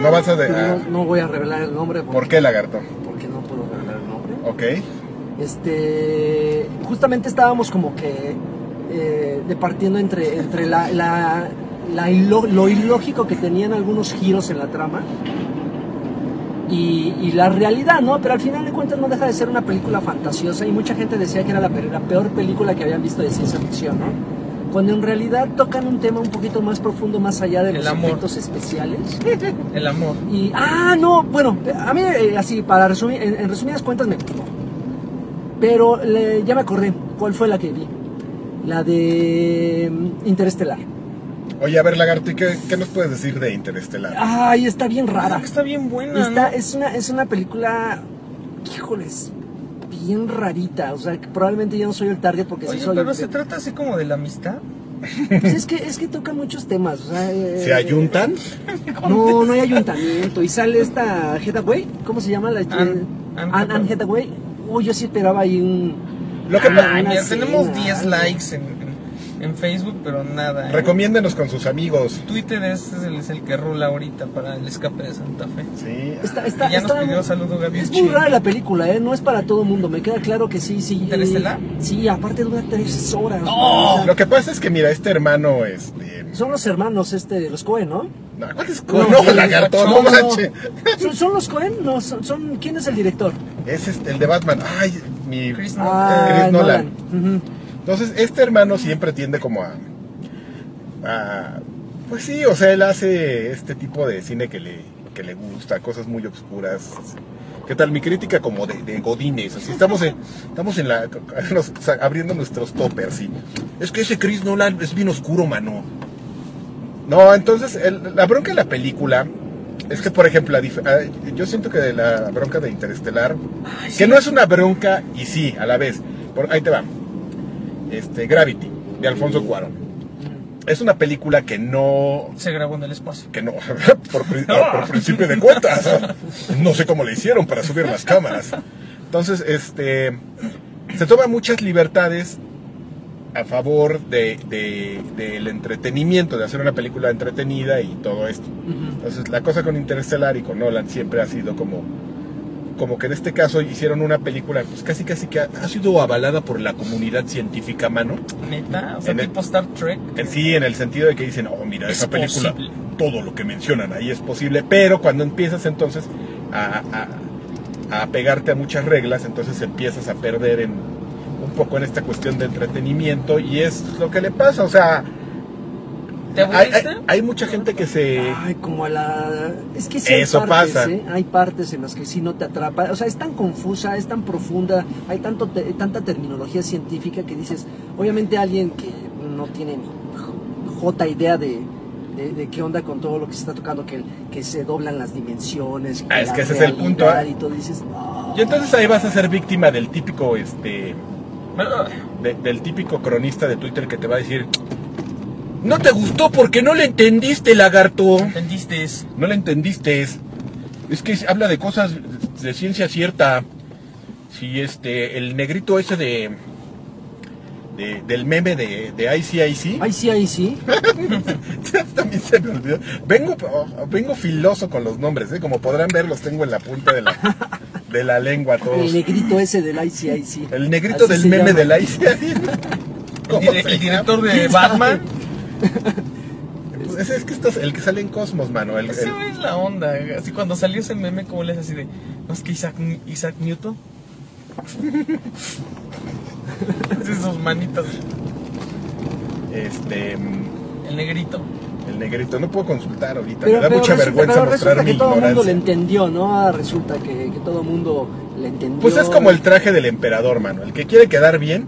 [SPEAKER 3] No vas a... De,
[SPEAKER 1] No,
[SPEAKER 3] ah,
[SPEAKER 1] no voy a revelar el nombre
[SPEAKER 3] ¿Por
[SPEAKER 1] porque,
[SPEAKER 3] qué lagarto?
[SPEAKER 1] porque no puedo revelar el nombre.
[SPEAKER 3] Ok.
[SPEAKER 1] Este, justamente estábamos como que eh, departiendo entre, entre la, la- la ilo- lo ilógico que tenían algunos giros en la trama y, y la realidad, ¿no? Pero al final de cuentas no deja de ser una película fantasiosa y mucha gente decía que era la, pe- la peor película que habían visto de ciencia ficción, ¿no? Cuando en realidad tocan un tema un poquito más profundo, más allá de
[SPEAKER 4] El
[SPEAKER 1] los
[SPEAKER 4] amor.
[SPEAKER 1] efectos especiales.
[SPEAKER 4] El amor.
[SPEAKER 1] Y, ah, no, bueno, a mí eh, así, para resumir, en, en resumidas cuentas me gustó. Pero le- ya me acordé, ¿cuál fue la que vi? La de mm, Interestelar.
[SPEAKER 3] Oye, a ver, Lagarto, ¿y qué, qué nos puedes decir de Interestelar?
[SPEAKER 1] Ay, está bien rara.
[SPEAKER 4] Creo que está bien buena.
[SPEAKER 1] Ah, Está,
[SPEAKER 4] ¿no?
[SPEAKER 1] es, una, es una película, híjoles, bien rarita. O sea, que probablemente yo no soy el target porque sí
[SPEAKER 4] Oye,
[SPEAKER 1] soy...
[SPEAKER 4] pero se trata así como de la amistad.
[SPEAKER 1] Pues es, que, es que toca muchos temas. O sea, eh,
[SPEAKER 3] ¿Se ayuntan?
[SPEAKER 1] No, no hay ayuntamiento. Y sale esta Hathaway, ¿cómo se llama? La,
[SPEAKER 4] Anne- Anne
[SPEAKER 1] Anne- Anne
[SPEAKER 4] Hathaway.
[SPEAKER 1] Hathaway. Uy, yo sí esperaba ahí un...
[SPEAKER 3] Lo que,
[SPEAKER 1] Ah,
[SPEAKER 3] pa-
[SPEAKER 4] Ay,
[SPEAKER 1] una
[SPEAKER 4] mira, tenemos
[SPEAKER 1] cena,
[SPEAKER 4] 10
[SPEAKER 1] algo.
[SPEAKER 4] likes en, en Facebook, pero nada. en
[SPEAKER 3] Recomiéndenos con sus amigos.
[SPEAKER 4] Twitter es, es el, es el que rula ahorita para el escape de Santa Fe.
[SPEAKER 3] Sí.
[SPEAKER 1] Está, está,
[SPEAKER 4] ya nos
[SPEAKER 1] está-
[SPEAKER 4] pidió saludo Gaby
[SPEAKER 1] Es muy
[SPEAKER 4] Uchida.
[SPEAKER 1] rara la película, ¿eh? No es para todo el mundo. Me queda claro que sí, sí. eh,
[SPEAKER 4] ¿Interestelar?
[SPEAKER 1] sí, aparte dura tres horas.
[SPEAKER 4] ¡No!
[SPEAKER 1] O sea,
[SPEAKER 3] Lo que pasa es que, mira, este hermano, este.
[SPEAKER 1] Son los hermanos este, los Cohen, ¿no?
[SPEAKER 3] No, ¿cuál es? No, no, lagarto, no, manches. <laughs>
[SPEAKER 1] ¿Son, son los Cohen? No, son, son- ¿Quién es el director?
[SPEAKER 3] Es este, el de Batman. Ay, mi.
[SPEAKER 4] Chris
[SPEAKER 1] Ah,
[SPEAKER 3] Chris Nolan.
[SPEAKER 1] Nolan.
[SPEAKER 3] Entonces, este hermano siempre tiende como a, a- Pues sí, o sea, él hace este tipo de cine que le, que le gusta, cosas muy obscuras. ¿Qué tal? Mi crítica como de, de Godines. Así estamos en, estamos en la. nos- abriendo nuestros toppers. y, es que ese Chris Nolan es bien oscuro, mano. No, entonces, el- la bronca de la película. Es que, por ejemplo, la dif- ah, yo siento que de la bronca de Interestelar, que no es una bronca y sí, a la vez. Por, ahí te va este, Gravity, de Alfonso Cuarón. Es una película que no.
[SPEAKER 4] Se grabó en el espacio.
[SPEAKER 3] que no. <laughs> por, pri- eh, por principio de cuentas. No sé cómo le hicieron para subir las cámaras. Entonces, este. Se toman muchas libertades a favor de- de- del entretenimiento, de hacer una película entretenida y todo esto. Entonces, la cosa con Interstellar y con Nolan siempre ha sido como como que en este caso hicieron una película pues casi casi que ha, ha sido avalada por la comunidad científica mano
[SPEAKER 4] Neta, o sea,
[SPEAKER 3] En el-
[SPEAKER 4] tipo Star Trek.
[SPEAKER 3] en sí, en el sentido de que dicen, oh, mira,
[SPEAKER 4] Es
[SPEAKER 3] esa película,
[SPEAKER 4] posible.
[SPEAKER 3] todo lo que mencionan ahí es posible, pero cuando empiezas entonces a, a- a pegarte a muchas reglas, entonces empiezas a perder en, un poco en esta cuestión de entretenimiento y es lo que le pasa, o sea,
[SPEAKER 4] ¿Te
[SPEAKER 3] hay,
[SPEAKER 4] aburriste?
[SPEAKER 3] hay- hay mucha gente que se...
[SPEAKER 1] Ay, como a la... Es que sí hay
[SPEAKER 3] Eso
[SPEAKER 1] partes,
[SPEAKER 3] pasa.
[SPEAKER 1] ¿eh? Hay partes en las que sí no te atrapa. O sea, es tan confusa, es tan profunda, hay tanto te- tanta terminología científica que dices, obviamente alguien que no tiene ni j- jota idea de, de- de qué onda con todo lo que se está tocando, que, que se doblan las dimensiones.
[SPEAKER 3] Ah, es
[SPEAKER 1] la
[SPEAKER 3] que ese es el punto,
[SPEAKER 1] realidad
[SPEAKER 3] ¿eh?
[SPEAKER 1] Y todo dices, "Ah".
[SPEAKER 3] Y entonces ahí vas a ser víctima del típico, este,
[SPEAKER 4] Ah,
[SPEAKER 3] de- del típico cronista de Twitter que te va a decir, no te gustó porque no le entendiste, lagarto.
[SPEAKER 4] ¿Entendiste? eso?
[SPEAKER 3] No la entendiste. Es, es que habla de cosas de ciencia cierta. Si este, el negrito ese de, de- del meme de, de ICIC. <laughs>
[SPEAKER 1] Ay, sí, ahí sí.
[SPEAKER 3] También se me olvidó. Vengo, vengo filoso con los nombres, ¿eh? Como podrán ver, los tengo en la punta de la, de la lengua
[SPEAKER 1] El
[SPEAKER 3] todos.
[SPEAKER 1] negrito ese del ICIC.
[SPEAKER 3] El negrito
[SPEAKER 1] Así
[SPEAKER 3] del
[SPEAKER 1] se
[SPEAKER 3] meme
[SPEAKER 1] llama.
[SPEAKER 3] del ICIC.
[SPEAKER 4] El, dire- el director de Batman.
[SPEAKER 3] Ese Pues es que estás, el que sale en Cosmos, mano. El,
[SPEAKER 4] Ese
[SPEAKER 3] el-
[SPEAKER 4] güey es la onda. Así cuando salió ese meme, como le hace así de. No es que Isaac, Isaac Newton. <laughs> Hace sus manitas.
[SPEAKER 3] este, mm,
[SPEAKER 4] El negrito.
[SPEAKER 3] el negrito. No puedo consultar ahorita.
[SPEAKER 1] Pero,
[SPEAKER 3] me da
[SPEAKER 1] pero
[SPEAKER 3] mucha
[SPEAKER 1] resulta-
[SPEAKER 3] vergüenza
[SPEAKER 1] pero
[SPEAKER 3] mostrar
[SPEAKER 1] resulta
[SPEAKER 3] mi
[SPEAKER 1] que todo el mundo le
[SPEAKER 3] ignorancia.
[SPEAKER 1] entendió, ¿no? Ah, Resulta que, que todo el mundo le entendió.
[SPEAKER 3] Pues es como el traje del emperador, mano. El que quiere quedar bien,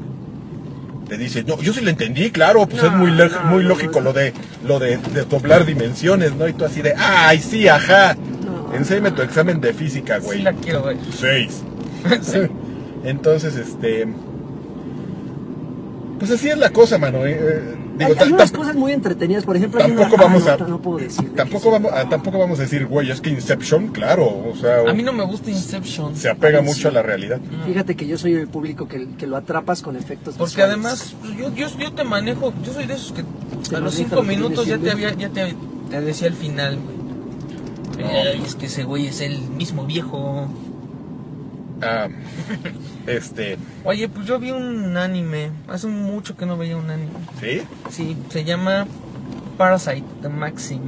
[SPEAKER 3] te dice, no, yo sí lo entendí, claro, pues
[SPEAKER 1] No,
[SPEAKER 3] es muy, lej-
[SPEAKER 1] no,
[SPEAKER 3] muy
[SPEAKER 1] no,
[SPEAKER 3] lógico
[SPEAKER 1] no.
[SPEAKER 3] lo de lo de, de doblar dimensiones, ¿no? Y tú así de, ay, sí, ajá.
[SPEAKER 1] No.
[SPEAKER 3] Enséñame tu examen de física,
[SPEAKER 4] Sí
[SPEAKER 3] güey.
[SPEAKER 4] la quiero ver.
[SPEAKER 1] <laughs>
[SPEAKER 3] Seis. Entonces, este... Pues así es la cosa, mano. eh, eh, digo,
[SPEAKER 1] hay,
[SPEAKER 3] tal-
[SPEAKER 1] hay unas
[SPEAKER 3] tam-
[SPEAKER 1] cosas muy entretenidas, por ejemplo, hay
[SPEAKER 3] tampoco
[SPEAKER 1] una- ah,
[SPEAKER 3] vamos
[SPEAKER 1] no,
[SPEAKER 3] a...
[SPEAKER 1] no puedo decir.
[SPEAKER 3] Tampoco vamos, a, tampoco vamos a decir, güey, es que Inception, claro, o sea,
[SPEAKER 4] A mí no me gusta Inception.
[SPEAKER 3] se apega mucho a la realidad.
[SPEAKER 1] Fíjate que yo soy el público que, que lo atrapas con efectos
[SPEAKER 4] Porque
[SPEAKER 1] visuales.
[SPEAKER 4] además, pues, yo, yo, yo te manejo. Yo soy de esos que a los
[SPEAKER 1] maneja
[SPEAKER 4] cinco
[SPEAKER 1] lo que
[SPEAKER 4] minutos ya
[SPEAKER 1] viene
[SPEAKER 4] te había.
[SPEAKER 1] siendo.
[SPEAKER 4] Ya te, te decía el final, güey. Ay, es que ese güey es el mismo viejo.
[SPEAKER 3] <laughs> Ah, este...
[SPEAKER 4] Oye, pues yo vi un anime. Hace mucho que no veía un anime.
[SPEAKER 3] ¿Sí?
[SPEAKER 4] Sí, se llama Parasite The Maxim.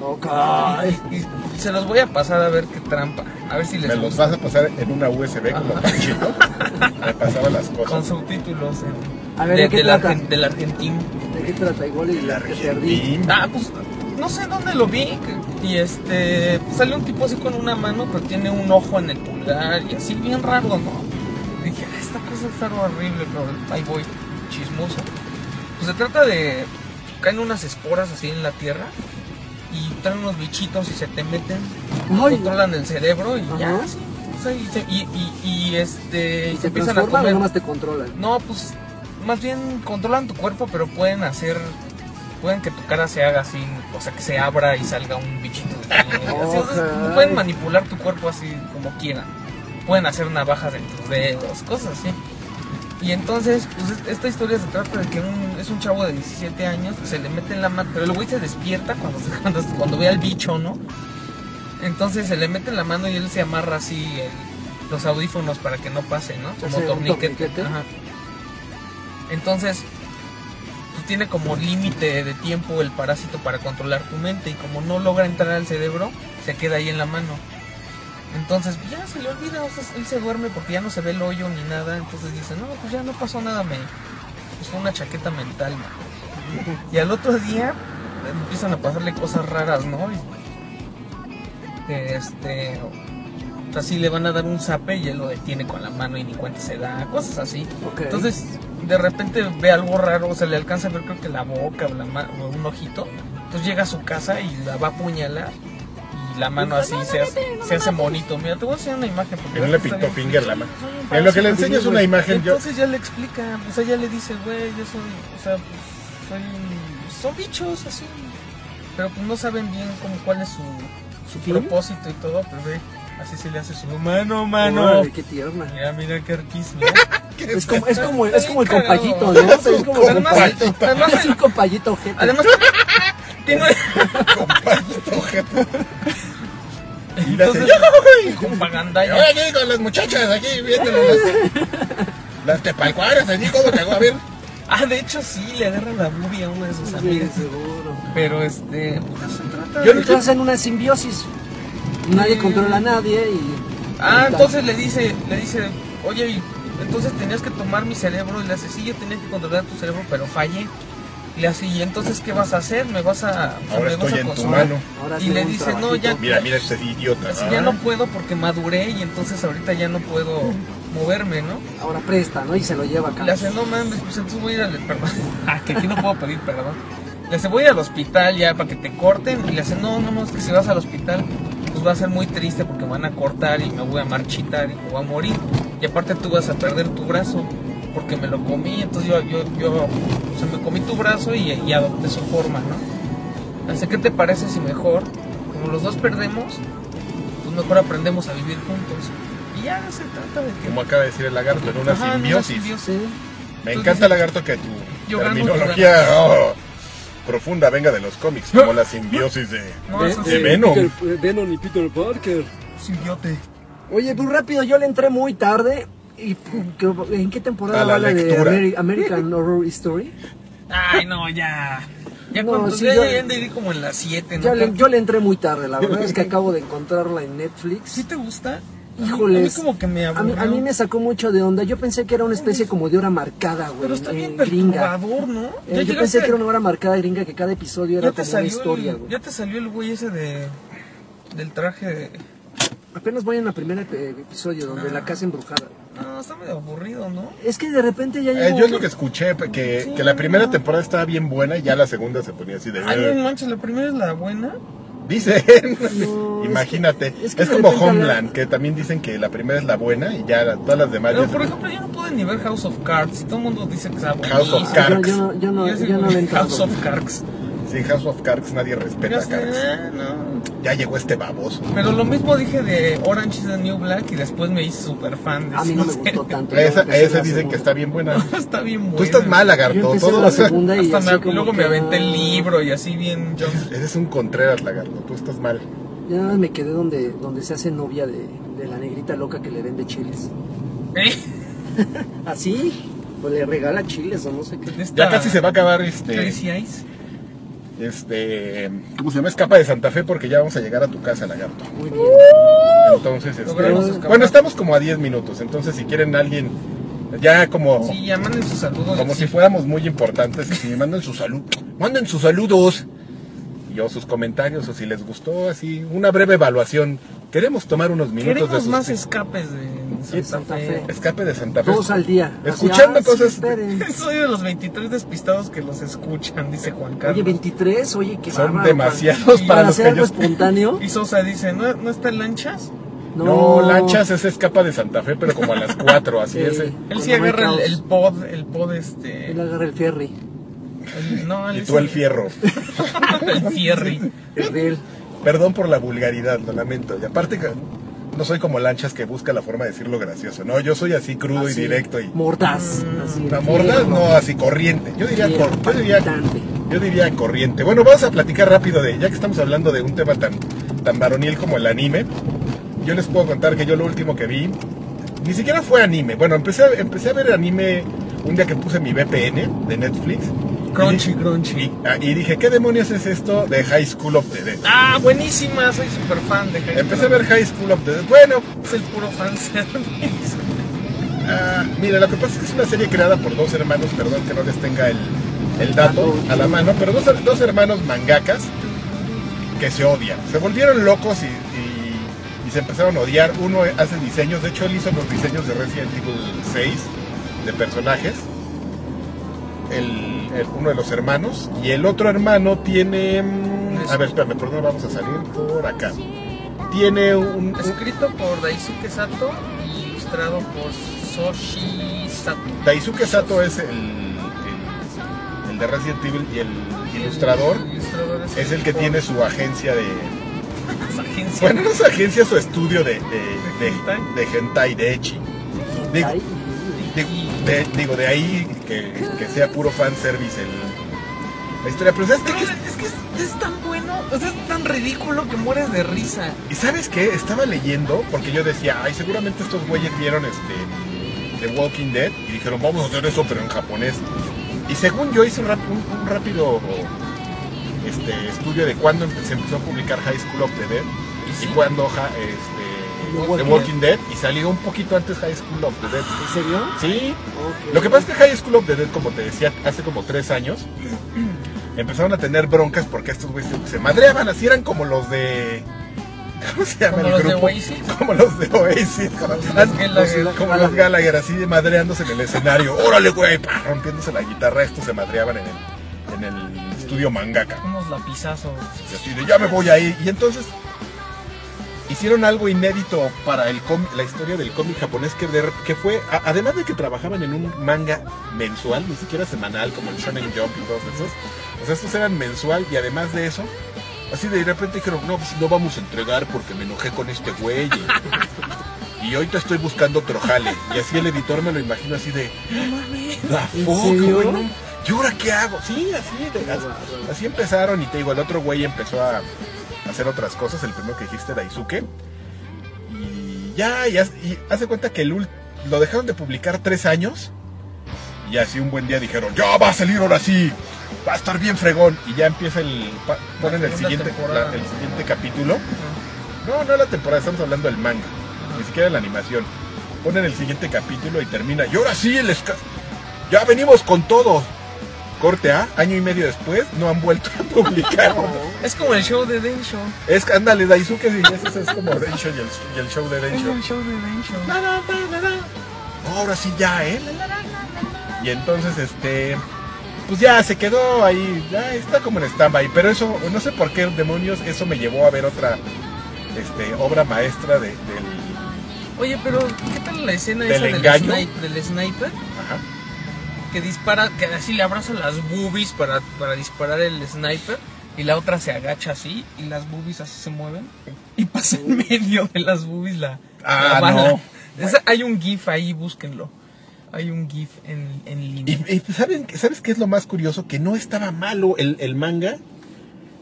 [SPEAKER 1] Oh, caray.
[SPEAKER 4] Y se los voy a pasar a ver qué trampa. A ver si les
[SPEAKER 3] Me los
[SPEAKER 4] gusta.
[SPEAKER 3] vas a pasar en una USB como
[SPEAKER 4] Ajá.
[SPEAKER 3] <laughs> Panchito. Me pasaba las
[SPEAKER 4] Con
[SPEAKER 3] cosas.
[SPEAKER 4] subtítulos en-
[SPEAKER 1] A ver,
[SPEAKER 4] de-
[SPEAKER 1] ¿de qué
[SPEAKER 4] del,
[SPEAKER 1] trata?
[SPEAKER 4] argen- del argentino.
[SPEAKER 1] ¿De qué trata igual y la que perdí?
[SPEAKER 3] Argentina.
[SPEAKER 4] Ah, pues no sé dónde lo vi. que- Y este. pues, sale un tipo así con una mano, pero tiene un ojo en el pulgar y así, bien raro, ¿no? Dije, "Ah, esta cosa está horrible, pero ahí voy, chismoso. Pues se trata de. Caen unas esporas así en la tierra y traen unos bichitos y se te meten,
[SPEAKER 1] Ay.
[SPEAKER 4] controlan el cerebro y ya,
[SPEAKER 1] Ajá.
[SPEAKER 4] sí. o sea, y, se- y- y- y, este.
[SPEAKER 1] ¿Y
[SPEAKER 4] y
[SPEAKER 1] se
[SPEAKER 4] empiezan a
[SPEAKER 1] transforma o
[SPEAKER 4] comer.
[SPEAKER 1] nomás te controlan?
[SPEAKER 4] No, pues más bien controlan tu cuerpo, pero pueden hacer. Pueden que tu cara se haga así, o sea, que se abra y salga un bichito de ti. Así, o sea,
[SPEAKER 1] Ojalá.
[SPEAKER 4] pueden manipular tu cuerpo así como quieran. Pueden hacer navajas en tus dedos, cosas así. Y entonces, pues es- esta historia se trata de que un- es un chavo de 17 años, se le mete en la mano, pero el güey se despierta cuando, se- <laughs> cuando, cuando ve al bicho, ¿no? Entonces se le mete en la mano y él se amarra así el- los audífonos para que no pase, ¿no? Como
[SPEAKER 1] Hace un
[SPEAKER 4] torniquete.
[SPEAKER 1] torniquete.
[SPEAKER 4] Ajá. Entonces, pues, tiene como límite de tiempo el parásito para controlar tu mente y como no logra entrar al cerebro, se queda ahí en la mano. Entonces pues, ya se le olvida, o sea, él se duerme porque ya no se ve el hoyo ni nada, entonces dice, no, pues ya no pasó nada, me... Pues fue una chaqueta mental, man". Y al otro día eh, empiezan a pasarle cosas raras, ¿no? Y, eh, Este... o- Así le van a dar un zape y él lo detiene con la mano y ni cuenta se da, cosas así.
[SPEAKER 1] Ok.
[SPEAKER 4] Entonces, de repente ve algo raro, o sea, le alcanza a ver creo que la boca o, la ma- o un ojito. Entonces llega a su casa y la va a apuñalar y la mano así se hace, se hace monito. Mira, te voy a enseñar una imagen porque...
[SPEAKER 3] Que
[SPEAKER 4] vas
[SPEAKER 3] no le
[SPEAKER 4] a estar
[SPEAKER 3] pintó
[SPEAKER 4] bien
[SPEAKER 3] finger
[SPEAKER 4] pinche.
[SPEAKER 3] la ma-
[SPEAKER 4] Soy un
[SPEAKER 3] En lo que
[SPEAKER 4] parásito.
[SPEAKER 3] le enseño es una imagen, yo.
[SPEAKER 4] Entonces ya le explica, o sea, ya le dice, güey, yo soy, o sea, pues, soy, son bichos así, pero pues no saben bien como cuál es su, su
[SPEAKER 1] fin?
[SPEAKER 4] propósito y todo, pero ve, así se le hace su mano, mano.
[SPEAKER 1] Órale, qué tierna.
[SPEAKER 4] Mira, mira qué arquismo.
[SPEAKER 1] Es como, es como,
[SPEAKER 4] Está
[SPEAKER 1] es como el
[SPEAKER 4] bien cagado.
[SPEAKER 1] compayito,
[SPEAKER 3] <laughs>
[SPEAKER 1] ¿no? Es como el
[SPEAKER 4] Además-
[SPEAKER 1] compayito.
[SPEAKER 4] además-
[SPEAKER 1] Es un compayito, gente. <laughs>
[SPEAKER 4] Además, tiene...
[SPEAKER 3] Y le hace,
[SPEAKER 4] Entonces, <laughs> con pagandaya.
[SPEAKER 3] <laughs> Oye, aquí con las muchachas, aquí viéndonos las, las tepalcuaras, allí, ¿cómo te hago? A ver.
[SPEAKER 4] Ah, de hecho sí, le agarra la bubi a una de sus amigas.
[SPEAKER 1] seguro.
[SPEAKER 4] Pero este, pues, no se trata
[SPEAKER 1] Yo
[SPEAKER 4] de-
[SPEAKER 1] entonces en una simbiosis. Nadie controla a nadie y.
[SPEAKER 4] Ah,
[SPEAKER 1] y
[SPEAKER 4] entonces le dice, le dice, oye, y entonces tenías que tomar mi cerebro. Y le hace, sí, yo tenía que controlar tu cerebro, pero fallé. Y le hace, ¿y entonces qué vas a hacer? ¿Me vas a, o sea,
[SPEAKER 3] Ahora
[SPEAKER 4] me vas
[SPEAKER 3] estoy
[SPEAKER 4] a
[SPEAKER 3] en tu
[SPEAKER 4] consolar?".
[SPEAKER 3] mano.
[SPEAKER 1] Ahora
[SPEAKER 4] Y
[SPEAKER 1] sí
[SPEAKER 4] le
[SPEAKER 1] un
[SPEAKER 4] dice, no,
[SPEAKER 1] trabajito.
[SPEAKER 4] ya,
[SPEAKER 3] Mira, mira este idiota.
[SPEAKER 4] así
[SPEAKER 3] ¿no?
[SPEAKER 4] ya no puedo porque maduré y entonces ahorita ya no puedo moverme, ¿no?
[SPEAKER 1] Ahora presta, ¿no? Y se lo lleva acá.
[SPEAKER 4] Le hace, no mames, pues entonces voy a ir al. Perdón. <laughs> Ah, que aquí no puedo pedir perdón. Le hace, voy a ir al hospital ya para que te corten. Y le hace, no, no, no, es que si vas al hospital, pues va a ser muy triste porque me van a cortar y me voy a marchitar y me voy a morir. Y aparte tú vas a perder tu brazo porque me lo comí. Entonces yo, yo, yo, o sea, me comí tu brazo y, y adopté su forma, ¿no? Le hace, ¿qué te parece si mejor, como los dos perdemos, pues mejor aprendemos a vivir juntos? Y ya se trata de que.
[SPEAKER 3] Como acaba de decir el lagarto, en una
[SPEAKER 4] Ajá, en una
[SPEAKER 3] simbiosis.
[SPEAKER 1] Sí.
[SPEAKER 3] Me
[SPEAKER 4] Tú
[SPEAKER 3] encanta,
[SPEAKER 4] dices-
[SPEAKER 3] lagarto, que tu
[SPEAKER 4] Yo gano,
[SPEAKER 3] terminología
[SPEAKER 4] tú ganas.
[SPEAKER 3] oh, profunda venga de los <laughs> cómics, como la simbiosis de.
[SPEAKER 4] No,
[SPEAKER 1] ¿Eh?
[SPEAKER 4] eso
[SPEAKER 3] de
[SPEAKER 4] sí.
[SPEAKER 3] Venom.
[SPEAKER 5] Peter- eh, Venom y Peter Parker.
[SPEAKER 4] Simbiote.
[SPEAKER 1] Oye, pues rápido, yo le entré muy tarde. ¿Y qué- ¿En qué temporada
[SPEAKER 3] A la
[SPEAKER 1] va la de
[SPEAKER 3] lectura.
[SPEAKER 1] Ameri- American Horror Story?
[SPEAKER 4] Ay, no, ya. Ya
[SPEAKER 1] No,
[SPEAKER 4] cuando
[SPEAKER 1] sí,
[SPEAKER 4] ya,
[SPEAKER 1] yo-
[SPEAKER 4] ya han de ir como en las 7, ¿no?
[SPEAKER 1] Ya le- yo le entré muy tarde, la verdad es que acabo de encontrarla en
[SPEAKER 4] ¿Sí
[SPEAKER 1] Netflix.
[SPEAKER 4] te gusta?
[SPEAKER 1] Híjoles.
[SPEAKER 4] A mí como que me
[SPEAKER 1] a mí,
[SPEAKER 4] aburrió.
[SPEAKER 1] a mí me sacó mucho de onda. Yo pensé que era una especie como de hora marcada, güey.
[SPEAKER 4] Pero está
[SPEAKER 1] eh,
[SPEAKER 4] bien
[SPEAKER 1] gringa.
[SPEAKER 4] perturbador, ¿no?
[SPEAKER 1] Eh, yo
[SPEAKER 4] llegaste
[SPEAKER 1] pensé
[SPEAKER 4] a-
[SPEAKER 1] que era una hora marcada gringa que cada episodio era
[SPEAKER 4] ya te
[SPEAKER 1] como una
[SPEAKER 4] salió
[SPEAKER 1] historia,
[SPEAKER 4] el,
[SPEAKER 1] güey.
[SPEAKER 4] Ya te salió el güey ese de... Del traje de...
[SPEAKER 1] Apenas voy en la primera eh, episodio donde la casa embrujada.
[SPEAKER 4] No, está medio aburrido, ¿no?
[SPEAKER 1] Es que de repente ya
[SPEAKER 3] Eh,
[SPEAKER 1] llegó.
[SPEAKER 3] yo es lo que escuché, que, que la primera temporada estaba bien buena y ya la segunda se ponía así de.
[SPEAKER 4] Ay, no manches, la primera es la buena.
[SPEAKER 3] Dicen,
[SPEAKER 1] No,
[SPEAKER 3] imagínate.
[SPEAKER 1] es
[SPEAKER 3] Es,
[SPEAKER 1] que- es que de
[SPEAKER 3] como
[SPEAKER 1] repente hablan-
[SPEAKER 3] Homeland, que también dicen que la primera es la buena y ya la- todas las demás.
[SPEAKER 4] Pero,
[SPEAKER 3] ya
[SPEAKER 4] por
[SPEAKER 3] son-
[SPEAKER 4] ejemplo, yo no pude ni ver House of Cards. Todo el mundo dice que está buenísima.
[SPEAKER 3] House of
[SPEAKER 1] Ah, yo-
[SPEAKER 3] Cards.
[SPEAKER 1] Yo, no, yo no,
[SPEAKER 4] Yo sí,
[SPEAKER 1] yo no
[SPEAKER 4] güey,
[SPEAKER 1] le he entrado.
[SPEAKER 4] House of Cards.
[SPEAKER 3] Sí, House of Cards nadie respeta
[SPEAKER 4] Yo
[SPEAKER 3] a
[SPEAKER 4] sí,
[SPEAKER 3] Cards.
[SPEAKER 4] ah, no.
[SPEAKER 3] Ya llegó este baboso.
[SPEAKER 4] Pero lo mismo dije de Orange is the New Black y después me hice súper fan de
[SPEAKER 1] A mí no me
[SPEAKER 4] esa serie.
[SPEAKER 1] gustó tanto.
[SPEAKER 4] <laughs>
[SPEAKER 1] yo
[SPEAKER 3] Esa,
[SPEAKER 1] empecé
[SPEAKER 3] esa
[SPEAKER 1] la
[SPEAKER 3] dicen
[SPEAKER 1] segunda.
[SPEAKER 3] que está bien buena.
[SPEAKER 4] Está bien bueno.
[SPEAKER 3] Tú estás mal,
[SPEAKER 1] Yo
[SPEAKER 3] lagarto.
[SPEAKER 1] empecé
[SPEAKER 3] Todo
[SPEAKER 1] la segunda y
[SPEAKER 4] Hasta
[SPEAKER 1] así
[SPEAKER 4] me-
[SPEAKER 1] como
[SPEAKER 4] luego me
[SPEAKER 1] que,
[SPEAKER 4] aventé el
[SPEAKER 1] ah,
[SPEAKER 4] libro y así bien. Yo, <laughs>
[SPEAKER 3] Eres un Contreras, lagarto. Tú estás mal.
[SPEAKER 1] Yo nada más me quedé donde, donde se hace novia de, de la negrita loca que le vende chiles.
[SPEAKER 4] ¿Eh?
[SPEAKER 1] ¿Así? Pues le regala chiles o no sé qué.
[SPEAKER 4] Esta-
[SPEAKER 3] Ya casi se va a acabar este.
[SPEAKER 4] Crazy Eyes.
[SPEAKER 3] Este. ¿Cómo se llama? Escapa de Santa Fe porque ya vamos a llegar a tu casa, lagarto.
[SPEAKER 1] Muy bien.
[SPEAKER 3] Entonces, este,
[SPEAKER 4] Logramos escapar.
[SPEAKER 3] Bueno, estamos como a 10 minutos. Entonces, si quieren alguien. Ya como.
[SPEAKER 4] Sí, ya manden sus saludos.
[SPEAKER 3] Como si
[SPEAKER 4] Sí.
[SPEAKER 3] fuéramos muy importantes. Y si me mandan sus saludos, manden sus saludos. Y yo sus comentarios, o si les gustó, así, una breve evaluación. Queremos tomar unos minutos de
[SPEAKER 4] Queremos
[SPEAKER 3] sus
[SPEAKER 4] más escapes de Santa
[SPEAKER 1] Santa
[SPEAKER 4] Fe.
[SPEAKER 1] Fe.
[SPEAKER 3] escape de Santa Fe.
[SPEAKER 1] Todos al día. Así,
[SPEAKER 3] Escuchando
[SPEAKER 1] ah, sí,
[SPEAKER 3] cosas.
[SPEAKER 1] esperen.
[SPEAKER 4] <laughs> Soy de los 23 despistados que los escuchan, dice Juan
[SPEAKER 1] Oye,
[SPEAKER 4] Carlos.
[SPEAKER 1] 23, oye, qué
[SPEAKER 3] Son
[SPEAKER 1] bárbaro,
[SPEAKER 3] demasiados
[SPEAKER 1] para,
[SPEAKER 3] para
[SPEAKER 1] para
[SPEAKER 3] los que
[SPEAKER 1] ser algo
[SPEAKER 3] yo- <laughs>
[SPEAKER 1] espontáneo.
[SPEAKER 4] Y Sosa dice, ¿no, ¿no está en lanchas?
[SPEAKER 3] No, lanchas es escapa de Santa Fe, pero como a las 4, así
[SPEAKER 1] Sí.
[SPEAKER 3] es. eh.
[SPEAKER 4] Él
[SPEAKER 1] Cuando
[SPEAKER 4] sí
[SPEAKER 1] no hay
[SPEAKER 4] agarra el,
[SPEAKER 1] caos.
[SPEAKER 4] el pod, el pod este...
[SPEAKER 1] Él agarra el ferry,
[SPEAKER 4] el- no,
[SPEAKER 3] Y
[SPEAKER 4] él
[SPEAKER 3] tú
[SPEAKER 4] es
[SPEAKER 3] el fierro.
[SPEAKER 4] <laughs> el fierri.
[SPEAKER 1] el riel.
[SPEAKER 3] Perdón por la vulgaridad, lo lamento. Y aparte, que No soy como lanchas que busca la forma de decirlo gracioso. No, yo soy así crudo
[SPEAKER 1] Así,
[SPEAKER 3] y directo y.
[SPEAKER 1] Mordaz. así,
[SPEAKER 3] La mordaz,
[SPEAKER 1] fierro,
[SPEAKER 3] no, así corriente. Yo diría,
[SPEAKER 1] fierro,
[SPEAKER 3] cor- yo diría,
[SPEAKER 1] palpitante.
[SPEAKER 3] yo diría corriente. Bueno, vamos a platicar rápido de, ya que estamos hablando de un tema tan, tan varonil como el anime, yo les puedo contar que yo lo último que vi, ni siquiera fue anime. Bueno, empecé a, empecé a ver anime un día que puse mi VPN de Netflix.
[SPEAKER 4] Crunchy,
[SPEAKER 3] Y di-
[SPEAKER 4] crunchy.
[SPEAKER 3] Y, ah, y dije, ¿qué demonios es esto de High School of the Dead?
[SPEAKER 4] Ah, buenísima, soy súper fan de High
[SPEAKER 3] Empecé a
[SPEAKER 4] School.
[SPEAKER 3] ver High School of the Dead. Bueno,
[SPEAKER 4] Es el puro fan service.
[SPEAKER 3] Ah, mira, lo que pasa es que es una serie creada por dos hermanos, perdón que no les tenga el, el dato a la mano, pero dos, dos hermanos mangakas que se odian. Se volvieron locos y, y- y se empezaron a odiar. Uno hace diseños, de hecho él hizo los diseños de Resident Evil 6 de personajes. El, el- uno de los hermanos y el otro hermano tiene mm, a ver espérame por dónde vamos a salir por acá tiene un, un
[SPEAKER 4] Escrito por Daisuke Sato y ilustrado por Soshi Sato.
[SPEAKER 3] Daisuke Sato es el, el- el de Resident Evil y el ilustrador
[SPEAKER 4] El ilustrador
[SPEAKER 3] es el que tiene su agencia de...
[SPEAKER 4] su agencia.
[SPEAKER 3] Bueno, no es agencia, su estudio de, de, de, de hentai, de echi. Digo,
[SPEAKER 1] Ay,
[SPEAKER 3] digo, de, digo, de ahí que, que sea puro fanservice el, la historia. Pero ¿sabes qué?
[SPEAKER 4] Pero es que es, es tan bueno, o sea, es tan ridículo que mueres de risa.
[SPEAKER 3] ¿Y sabes qué? Estaba leyendo, porque yo decía, ay, seguramente estos güeyes vieron este The Walking Dead y dijeron, vamos a hacer eso, pero en japonés. Y según yo hice un, rap- un- un rápido este, estudio de cuándo empe- se empezó a publicar High School of the Dead y cuándo ja- este,
[SPEAKER 1] The Walking Ah.
[SPEAKER 3] The Walking Dead y salió un poquito antes High School of the Dead.
[SPEAKER 1] ¿En serio?
[SPEAKER 3] Sí,
[SPEAKER 1] Ok.
[SPEAKER 3] lo que pasa es que High School of the Dead, como te decía, hace como tres años, <clears throat> empezaron a tener broncas porque estos güeyes se- se madreaban, así eran como los de... ¿Cómo se llama
[SPEAKER 4] Como
[SPEAKER 3] el
[SPEAKER 4] los de
[SPEAKER 3] grupo?
[SPEAKER 4] Oasis.
[SPEAKER 3] <laughs> Como los de Oasis. Como los
[SPEAKER 4] Gallagher.
[SPEAKER 3] Como los Gallagher, así de madreándose en el escenario. ¡Órale, güey! pa, Rompiéndose la guitarra, estos se madreaban en el, en el estudio mangaka.
[SPEAKER 4] Unos lapizazos.
[SPEAKER 3] Y así de, ya me voy ahí. Y entonces hicieron algo inédito para el com- la historia del cómic japonés que, de- que fue, a- además de que trabajaban en un manga mensual, ni siquiera semanal, como el Shonen Jump y todos esos. O sea, Pues estos eran mensual y además de eso, así de repente dijeron, no, pues no vamos a entregar porque me enojé con este güey. <laughs> y- Y ahorita estoy buscando otro jale. Y así el editor me lo imagino así de... "La
[SPEAKER 1] ¿En
[SPEAKER 3] fuck,
[SPEAKER 1] serio?
[SPEAKER 3] güey, no, ¿Y ahora qué hago? Sí, así, de- así, así empezaron y te digo, el otro güey empezó a hacer otras cosas, el primero que dijiste, Daisuke. Y ya, y, haz- y hace cuenta que el ul- lo dejaron de publicar tres años. Y así un buen día dijeron, ya va a salir ahora sí, va a estar bien fregón. Y ya empieza el, pa- ponen el
[SPEAKER 4] segunda
[SPEAKER 3] siguiente,
[SPEAKER 4] temporada.
[SPEAKER 3] la- el siguiente capítulo. No, no la temporada, estamos hablando del manga, ni siquiera de la animación. Ponen el siguiente capítulo y termina, y ahora sí, el esca- ya venimos con todo. Corte A, año y medio después, no han vuelto a <laughs> publicar.
[SPEAKER 4] Es como el show de Densho.
[SPEAKER 3] Es que ándale, Daisuke, sí, ese es como Densho y el, y el show de
[SPEAKER 4] Es
[SPEAKER 3] Densho.
[SPEAKER 4] el show de Densho.
[SPEAKER 3] Ahora sí ya, ¿eh? Y entonces, este, pues ya se quedó ahí, ya está como en stand-by. Pero eso, no sé por qué demonios, eso me llevó a ver otra este, obra maestra de- del...
[SPEAKER 4] Oye, pero ¿qué tal la escena
[SPEAKER 3] ¿Del
[SPEAKER 4] esa del,
[SPEAKER 3] engaño?
[SPEAKER 4] sni- del sniper?
[SPEAKER 3] Ajá.
[SPEAKER 4] Que dispara, que así le abraza las boobies para, para disparar el sniper. Y la otra se agacha así y las boobies así se mueven. Y pasa en medio de las boobies la,
[SPEAKER 3] Ah,
[SPEAKER 4] la bala.
[SPEAKER 3] no.
[SPEAKER 4] <laughs> Esa- hay un GIF ahí, búsquenlo. Hay un GIF en, en
[SPEAKER 3] Y,
[SPEAKER 4] línea.
[SPEAKER 3] y ¿saben, qué- ¿sabes qué es lo más curioso? Que no estaba malo el, el manga.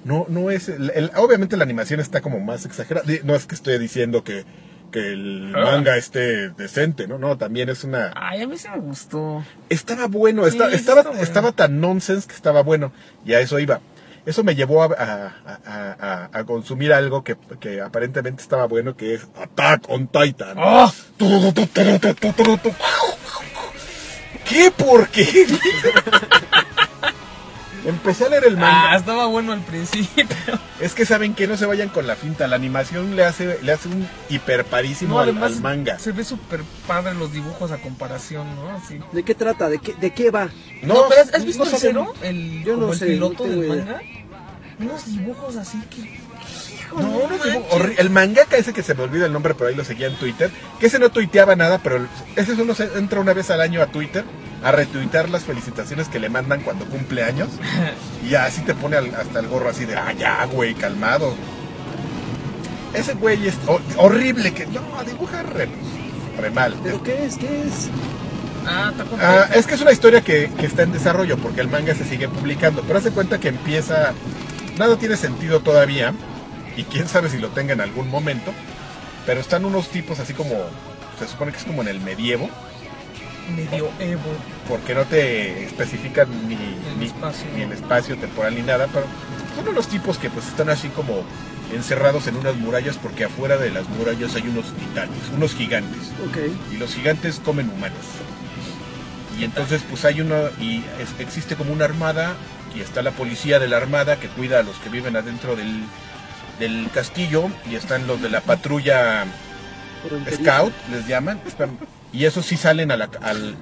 [SPEAKER 3] No, no es. el- el- obviamente la animación está como más exagerada. Di- No es que estoy diciendo que, que el
[SPEAKER 4] Ah.
[SPEAKER 3] manga esté decente, ¿no? No, también es una.
[SPEAKER 4] Ay, a mí se me gustó.
[SPEAKER 3] Estaba bueno,
[SPEAKER 4] Sí,
[SPEAKER 3] esta-
[SPEAKER 4] sí
[SPEAKER 3] estaba,
[SPEAKER 4] está bueno.
[SPEAKER 3] estaba tan nonsense que estaba bueno. Y a eso iba. Eso me llevó a, a- a- a- a consumir algo que, que aparentemente estaba bueno, que es Attack on Titan.
[SPEAKER 4] ¡Ah!
[SPEAKER 3] ¿Qué porquería? Empecé a leer el manga.
[SPEAKER 4] Ah, estaba bueno al principio.
[SPEAKER 3] Es que saben que no se vayan con la finta. La animación le hace, le hace un hiperparísimo
[SPEAKER 4] No,
[SPEAKER 3] al,
[SPEAKER 4] además
[SPEAKER 3] al manga.
[SPEAKER 4] se ve súper padre los dibujos a comparación, ¿no? Así.
[SPEAKER 5] ¿De qué trata? ¿De qué, de qué va?
[SPEAKER 3] No,
[SPEAKER 4] pero ¿has, has visto
[SPEAKER 3] no
[SPEAKER 4] el
[SPEAKER 3] saben-
[SPEAKER 4] cero? El,
[SPEAKER 5] Yo no
[SPEAKER 4] como el
[SPEAKER 5] sé,
[SPEAKER 4] piloto
[SPEAKER 5] no tengo
[SPEAKER 4] del
[SPEAKER 5] idea.
[SPEAKER 4] manga. Unos dibujos así que. hijo,
[SPEAKER 3] No, unos
[SPEAKER 4] manches.
[SPEAKER 3] dibujos horri- el mangaka ese que se me olvida el nombre, pero ahí lo seguía en Twitter, que ese no tuiteaba nada, pero el- ese solo se entra una vez al año a Twitter a retuitear las felicitaciones que le mandan cuando cumple años. Y ya así te pone al- hasta el gorro así de, ah, ya, güey, calmado. Ese güey es ho- horrible que. No, dibuja re, re mal.
[SPEAKER 1] ¿Pero qué es? ¿Qué es?
[SPEAKER 4] Ah, está contento.
[SPEAKER 3] Ah, es que es una historia que, que está en desarrollo porque el manga se sigue publicando, pero hace cuenta que empieza, nada tiene sentido todavía y quién sabe si lo tenga en algún momento, pero están unos tipos así como, se supone que es como en el medievo,
[SPEAKER 4] Medio Evo.
[SPEAKER 3] porque no te especifican ni
[SPEAKER 4] El
[SPEAKER 3] ni-
[SPEAKER 4] espacio.
[SPEAKER 3] ni el espacio temporal ni nada, pero son unos tipos que pues están así como encerrados en unas murallas porque afuera de las murallas hay unos titanes, unos gigantes
[SPEAKER 5] Ok.
[SPEAKER 3] y los gigantes comen humanos. Y entonces pues hay una y es- existe como una armada y está la policía de la armada que cuida a los que viven adentro del, del castillo y están los de la patrulla scout, les llaman, están- y esos sí salen a la, al,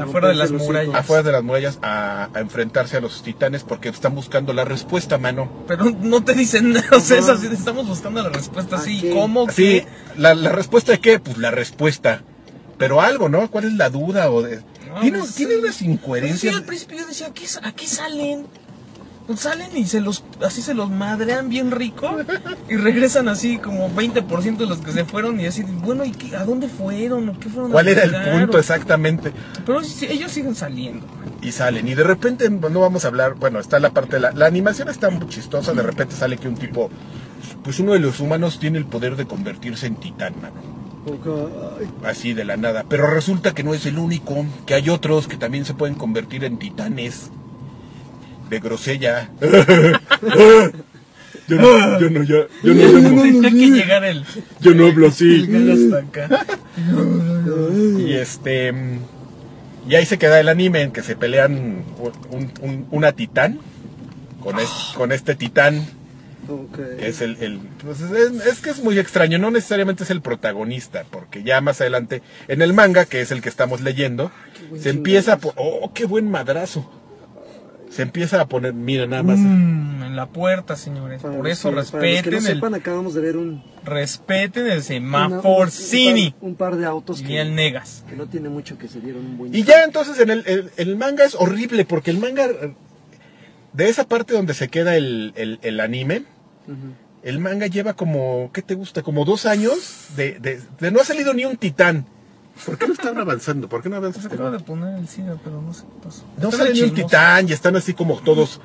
[SPEAKER 4] Afuera de las
[SPEAKER 5] Romperse los
[SPEAKER 4] murallas.
[SPEAKER 3] afuera de las murallas a, a enfrentarse a los titanes porque están buscando la respuesta, mano.
[SPEAKER 4] Pero no te dicen nada. O sea, es así, estamos buscando la respuesta.
[SPEAKER 5] ¿A
[SPEAKER 4] Sí,
[SPEAKER 5] qué?
[SPEAKER 4] ¿cómo?
[SPEAKER 3] Sí,
[SPEAKER 4] ¿Qué?
[SPEAKER 3] la, la respuesta de qué? Pues la respuesta. Pero algo, ¿no? ¿Cuál es la duda? O de-
[SPEAKER 4] No,
[SPEAKER 3] tiene,
[SPEAKER 4] pues,
[SPEAKER 3] tiene
[SPEAKER 4] sí.
[SPEAKER 3] unas
[SPEAKER 4] Pues sí,
[SPEAKER 3] incoherencias.
[SPEAKER 4] al principio yo decía, ¿a qué, a qué salen? Pues salen y se los, así se los madrean bien rico y regresan así como 20% de los que se fueron y así, bueno, ¿y qué- a dónde fueron? ¿O qué fueron a
[SPEAKER 3] ¿Cuál era el
[SPEAKER 4] buscar?
[SPEAKER 3] punto
[SPEAKER 4] O-
[SPEAKER 3] exactamente?
[SPEAKER 4] Pero sí, ellos siguen saliendo.
[SPEAKER 3] Y salen. Y de repente, no vamos a hablar, bueno, está la parte de la... La animación está muy chistosa, de repente sale que un tipo... Pues uno de los humanos tiene el poder de convertirse en titán, mano.
[SPEAKER 5] Ok, ay,
[SPEAKER 3] Así de la nada. Pero resulta que no es el único, que hay otros que también se pueden convertir en titanes. De grosella. <laughs> yo no, yo no, yo, yo no, yo no,
[SPEAKER 4] Tendría que llegar el...
[SPEAKER 3] yo no hablo así. Mm.
[SPEAKER 4] llegar hasta acá.
[SPEAKER 3] Y este. mm, Y ahí se queda el anime en que se pelean un- un- una titán con, es- con este titán
[SPEAKER 5] ok.
[SPEAKER 3] que es el. el- pues es, es que es muy extraño, no necesariamente es el protagonista, porque ya más adelante en el manga, que es el que estamos leyendo, se empieza a. po- ¡Oh, qué buen madrazo! Se empieza a poner, mira nada más.
[SPEAKER 4] Mm, en la puerta, señores.
[SPEAKER 5] Para
[SPEAKER 4] Por
[SPEAKER 5] los
[SPEAKER 4] eso
[SPEAKER 5] que- Para los que
[SPEAKER 4] respeten
[SPEAKER 5] no
[SPEAKER 4] el...
[SPEAKER 5] sepan, acabamos de ver un...
[SPEAKER 4] Respeten el
[SPEAKER 5] una- un-
[SPEAKER 4] semaforcini.
[SPEAKER 5] Un, par- un par de autos
[SPEAKER 4] Y el
[SPEAKER 5] que,
[SPEAKER 4] negas.
[SPEAKER 5] que no tiene mucho que se dieron un buen...
[SPEAKER 3] Y ya entonces en el, el- el manga es horrible, porque el manga, eh, de esa parte donde se queda el, el- el anime, el manga lleva como, ¿qué te gusta? Como dos años de, de- de no ha salido ni un titán. ¿Por qué no están avanzando? ¿Por qué no
[SPEAKER 4] Se
[SPEAKER 3] avanzan?
[SPEAKER 4] acaba de poner el SIDA, pero no sé qué pasó.
[SPEAKER 3] No
[SPEAKER 4] Estaba
[SPEAKER 3] sale ni un
[SPEAKER 4] chismoso.
[SPEAKER 3] titán y están así como todos...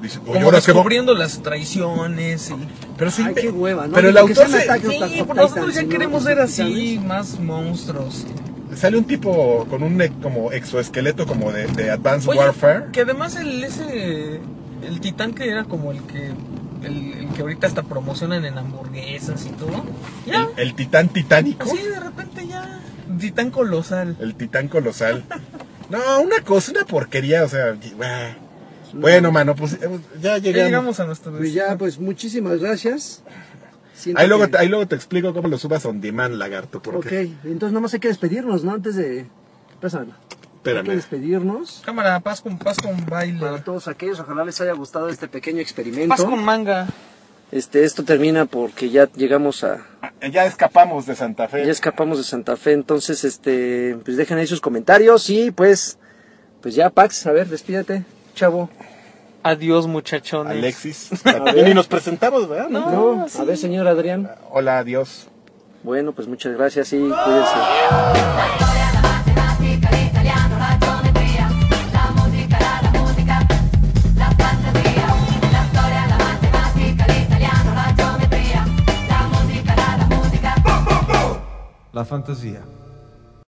[SPEAKER 3] Dicen, "Oye,
[SPEAKER 4] Como
[SPEAKER 3] ahora qué va-".
[SPEAKER 4] descubriendo las traiciones y...
[SPEAKER 3] Pero, se
[SPEAKER 5] Ay,
[SPEAKER 3] inve-
[SPEAKER 5] qué hueva, ¿no?
[SPEAKER 3] pero el
[SPEAKER 5] Digo, que
[SPEAKER 3] autor
[SPEAKER 5] sean
[SPEAKER 3] se-
[SPEAKER 5] ataques
[SPEAKER 4] Sí,
[SPEAKER 5] los Attack on
[SPEAKER 4] nosotros
[SPEAKER 5] Titans,
[SPEAKER 4] ya
[SPEAKER 5] ¿no? Los
[SPEAKER 4] queremos ser así,
[SPEAKER 5] titanes.
[SPEAKER 4] más monstruos.
[SPEAKER 3] sale un tipo con un e- como exoesqueleto como de, de Advanced
[SPEAKER 4] Oye,
[SPEAKER 3] Warfare.
[SPEAKER 4] que además el ese el titán que era como el que el, el que ahorita hasta promocionan en hamburguesas y todo. Ya,
[SPEAKER 3] El, el titán titánico.
[SPEAKER 4] así de repente ya titán colosal.
[SPEAKER 3] El titán <laughs> colosal. No, una cosa, una porquería, o sea, bah. bueno, mano, pues eh,
[SPEAKER 4] Ya
[SPEAKER 3] ya llegamos.
[SPEAKER 4] llegamos a nuestro
[SPEAKER 5] Pues ya, pues muchísimas gracias. Siento
[SPEAKER 3] Ahí luego,
[SPEAKER 5] que-
[SPEAKER 3] te- ahí luego te explico cómo lo subas on demand, lagarto,
[SPEAKER 5] Ok,
[SPEAKER 3] porque
[SPEAKER 5] entonces nomás hay que despedirnos, ¿no? Antes de... Pásamela. Hay que
[SPEAKER 3] espérame.
[SPEAKER 5] despedirnos.
[SPEAKER 4] cámara, paz con paz con
[SPEAKER 5] Para
[SPEAKER 4] baile.
[SPEAKER 5] todos aquellos, ojalá les haya gustado este pequeño
[SPEAKER 4] Paz
[SPEAKER 5] experimento.
[SPEAKER 4] con manga.
[SPEAKER 5] Este, esto termina porque ya llegamos a...
[SPEAKER 3] Ah, Ya escapamos de Santa Fe.
[SPEAKER 5] Ya escapamos de Santa Fe, entonces, este, pues dejen ahí sus comentarios y pues, pues ya, Pax, a ver, despídate, chavo.
[SPEAKER 4] Adiós, muchachones.
[SPEAKER 3] Alexis.
[SPEAKER 5] A
[SPEAKER 3] Y
[SPEAKER 5] ver.
[SPEAKER 3] <laughs> ni nos presentamos, ¿verdad?
[SPEAKER 4] No,
[SPEAKER 5] No,
[SPEAKER 4] sí.
[SPEAKER 5] a ver, señor Adrián.
[SPEAKER 3] Hola, adiós.
[SPEAKER 5] Bueno, pues muchas gracias y cuídense.
[SPEAKER 7] la matematica, l'italiano, la geometria, la musica, la, la musica, la fantasia, la storia, la matematica, l'italiano, la geometria, la musica, la, la musica.
[SPEAKER 8] La fantasia.